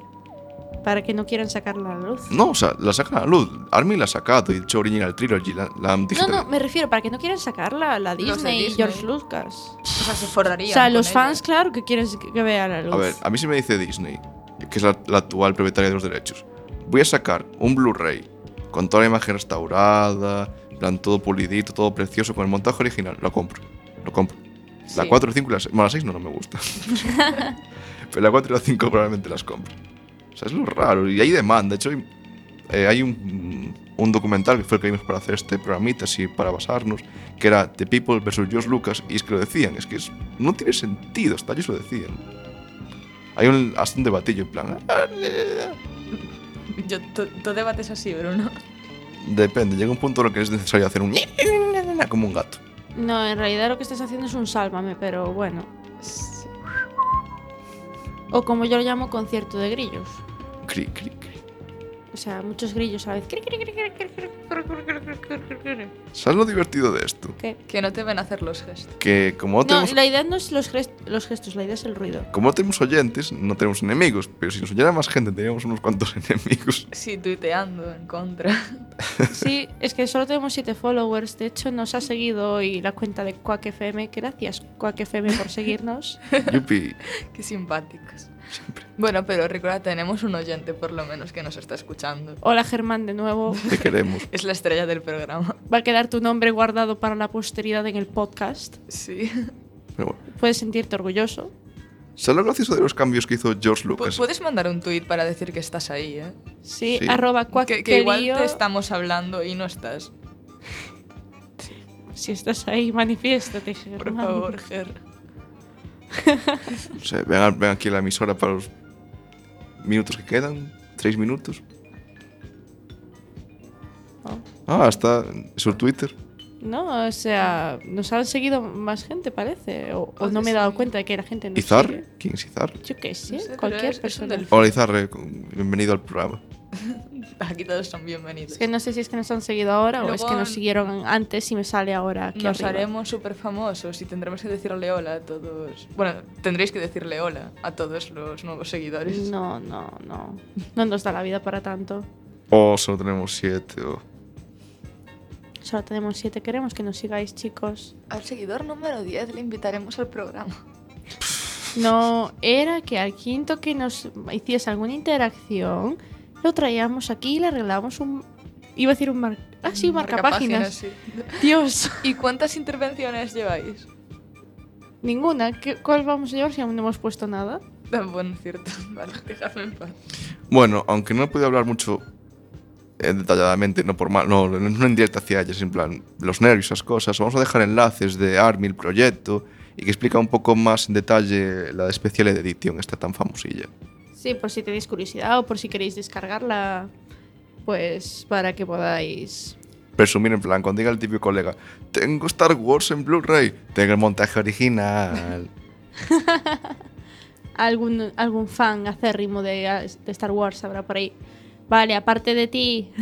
para que no quieran sacarla a la luz. No, o sea, la sacan a la luz. Armin la ha sacado y el hecho Original Trilogy la, la han No, digital- no, me refiero para que no quieran sacarla la de Disney, y Disney. George Lucas. O sea, se forrarían. O sea, con los ella. fans, claro, que quieren que que vea la luz. A ver, a mí se me dice Disney, que es la, la actual propietaria de los derechos. Voy a sacar un Blu-ray con toda la imagen restaurada, en plan todo pulidito, todo precioso, con el montaje original. Lo compro, lo compro. La Sí. 4, 5 y la 6. Bueno, la 6 no, no me gusta. Pero la 4 y la 5 probablemente las compro. O sea, es lo raro. Y hay demanda. De hecho, hay, eh, hay un, un documental que fue el que vimos para hacer este programita, así para basarnos, que era The People vs. George Lucas. Y es que lo decían, es que es- no tiene sentido. Hasta ellos lo decían. Hay un, hasta un debatillo en plan. "Ah, Yo, tú, tú debates así, Bruno. Depende, llega un punto en el que es necesario hacer un. como un gato. No, en realidad lo que estás haciendo es un sálvame, pero bueno. O como yo lo llamo, concierto de grillos. Cri, cri, cri. O sea, muchos grillos a la vez. Cri, cri, cri, cri, cri, cri. ¿Sabes lo divertido de esto? Que no te ven hacer los gestos. Que como no No, tenemos, la idea no es los, gest- los gestos, la idea es el ruido. como no tenemos oyentes, no tenemos enemigos. Pero si nos oyera más gente, teníamos unos cuantos enemigos. Sí, tuiteando en contra. Sí, es que solo tenemos 7 followers. De hecho, nos ha seguido hoy la cuenta de Quack FM. Gracias, Quack FM, por seguirnos. Yupi. Qué simpáticos. Bueno, pero recuerda, tenemos un oyente por lo menos que nos está escuchando. Hola, Germán, de nuevo. Te queremos. Es la estrella del programa. Va a quedar tu nombre guardado para la posteridad en el podcast. Sí. Pero bueno. Puedes sentirte orgulloso. ¿Sabes lo gracioso de los cambios que hizo George Pu- Lucas? Puedes mandar un tuit para decir que estás ahí, ¿eh? Sí, Sí. arroba cuac Que, que igual querío. te estamos hablando y no estás. Si estás ahí, manifiéstate, Germán. Por favor, Ger. O sea, ven, a- ven aquí a la emisora para los minutos que quedan. ¿Tres minutos? Ah. Ah, está en su Twitter. No, o sea, nos han seguido más gente, parece. O, o no me he dado cuenta de que la gente nos ¿Izar? sigue. ¿Quién es Izar? Yo qué sé, No sé, pero cualquier es- es un persona. delfín. Hola Izar, eh, con- bienvenido al programa. Aquí todos son bienvenidos. Es que no sé si es que nos han seguido ahora o Luego es que nos en- siguieron antes y me sale ahora aquí Nos arriba. haremos súper famosos y tendremos que decirle hola a todos. Bueno, tendréis que decirle hola a todos los nuevos seguidores. No, no, no. No nos da la vida para tanto. O Oh, solo tenemos siete. oh. O... Solo tenemos siete. Queremos que nos sigáis, chicos. Al seguidor número 10 le invitaremos al programa. No, era que al quinto que nos hiciese alguna interacción, lo traíamos aquí y le arreglamos un... Iba a decir un mar... Ah, sí, un marcapáginas. Dios. ¿Y cuántas intervenciones lleváis? Ninguna. ¿Qué- ¿Cuál vamos a llevar si aún no hemos puesto nada? Tan Ah, bueno, cierto. Vale, dejadme en paz. Bueno, aunque no he podido hablar mucho eh, detalladamente, no por mal, no, no en directo hacia ellas, en plan, los nervios, esas cosas, vamos a dejar enlaces de Army, el proyecto, y que explica un poco más en detalle la especial edición, esta tan famosilla. Sí, por si tenéis curiosidad o por si queréis descargarla, pues para que podáis... Presumir en plan, cuando diga el típico colega, tengo Star Wars en Blu-ray, tengo el montaje original. Algún, algún fan acérrimo de, de Star Wars habrá por ahí. Vale, aparte de ti,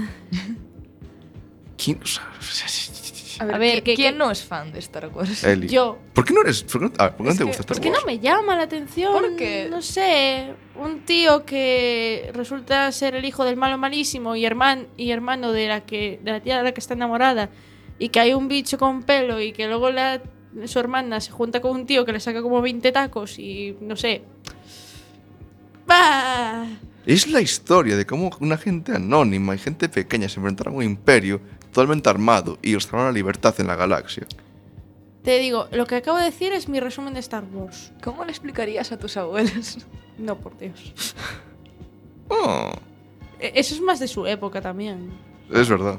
¿Quién? o sea, A ver, A ver, ¿qui- ¿qué- ¿quién qué- no es fan de Star Wars? Eli. yo ¿Por qué no eres? ¿Por qué no, a ver, ¿por qué no Es te que- gusta Star Es que Wars? no me llama la atención. Porque- No sé, un tío que resulta ser el hijo del malo malísimo y, herman- y hermano de la, que, de la tía de la que está enamorada y que hay un bicho con pelo y que luego la, su hermana se junta con un tío que le saca como 20 tacos y no sé. Bah. Es la historia de cómo una gente anónima y gente pequeña se enfrentaron a un imperio totalmente armado y mostraron la libertad en la galaxia. Te digo, lo que acabo de decir es mi resumen de Star Wars. ¿Cómo le explicarías a tus abuelos? No, por Dios. Oh, E- Eso es más de su época también. es verdad.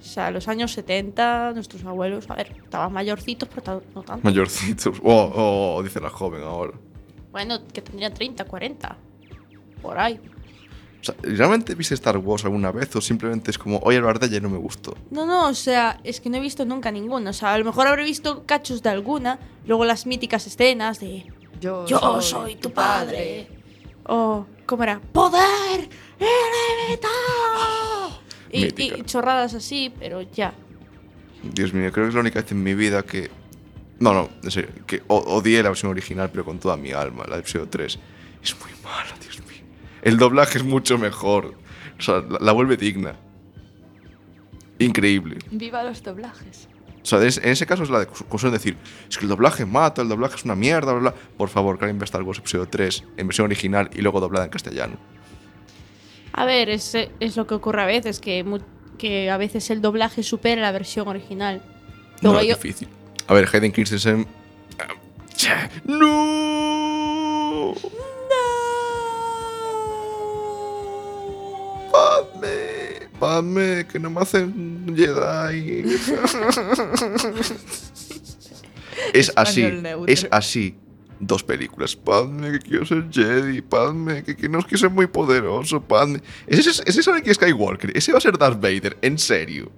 O sea, los años 70, nuestros abuelos, a ver, estaban mayorcitos, pero ta- no tanto. Mayorcitos. Oh, oh, oh, dice la joven ahora. Bueno, que tendría 30, 40. Por ahí. O sea, ¿Realmente viste Star Wars alguna vez o simplemente es como, oye, la verdad ya no me gustó? No, no, o sea, es que no he visto nunca ninguna. O sea, a lo mejor habré visto cachos de alguna, luego las míticas escenas de. Yo, Yo soy tu padre. O, ¿cómo era? ¡Poder! ilimitado! Y, Mítica. y chorradas así, pero ya. Dios mío, creo que es la única vez en mi vida que... No, no, en serio, que o- odié la versión original, pero con toda mi alma, la episodio 3. Es muy mala, Dios mío. El doblaje es mucho mejor. O sea, la, la vuelve digna. Increíble. Viva los doblajes. O sea, es- en ese caso es la de cuestión de decir, es que el doblaje mata, el doblaje es una mierda, bla, bla. Por favor, Karen ve Star Wars episodio 3 en versión original y luego doblada en castellano. A ver, es, es lo que ocurre a veces, que, mu- que a veces el doblaje supera la versión original. No, Luego es yo- difícil. A ver, Hayden Christensen... ah, cha, ¡No! ¡No! ¡Padme! ¡Padme! ¡Que no me hacen Jedi! es así. Español neutro. Es así. Dos películas. Padme, que quiero ser Jedi. Padme, que, que no es que soy muy poderoso. Padme. Ese es ese es Anakin Skywalker. Ese va a ser Darth Vader. En serio.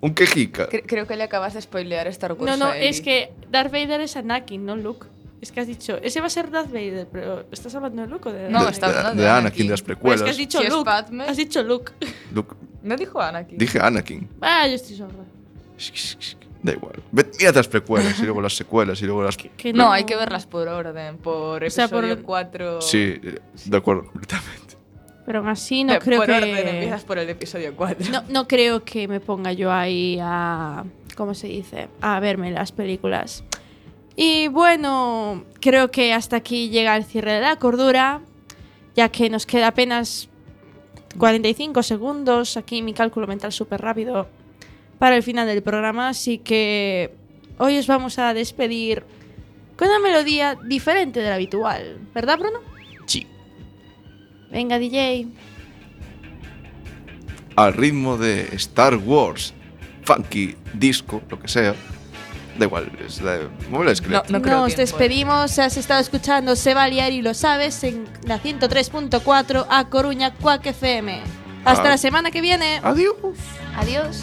Un quejica. Cre- creo que le acabas de spoilear Star Wars. No, no, a Eli. es que Darth Vader es Anakin, no Luke. Es que has dicho, ese va a ser Darth Vader, pero ¿estás hablando de Luke o de Darth No, de, Vader? está de- hablando de de Anakin, Anakin. de las Pero es precuelas. que has dicho Si es Luke. Padme- Has dicho Luke. Luke- No dijo Anakin. dije Anakin. Ah, yo estoy sorda. Da igual. Ve- Mírate las precuelas y luego las secuelas y luego las. Que No, hay que verlas por orden, por sea, episodio por- 4. Sí, eh, de acuerdo, completamente. Pero aún así no Eh, creo por que... orden, empiezas por el episodio 4. No, no creo que me ponga yo ahí a. ¿Cómo se dice? A verme las películas. Y bueno, creo que hasta aquí llega el cierre de la cordura, ya que nos queda apenas 45 segundos. Aquí mi cálculo mental súper rápido para el final del programa. Así que hoy os vamos a despedir con una melodía diferente de la habitual. ¿Verdad, Bruno? Sí. Venga, DJ. Al ritmo de Star Wars, funky, disco, lo que sea. Da igual, es de. Mueve el esqueleto. No creo Nos tiempo, ¿eh? despedimos, has estado escuchando Se va a liar y lo sabes en la 103.4 a Coruña Cuac FM. Hasta Ah. la semana que viene. Adiós. Adiós.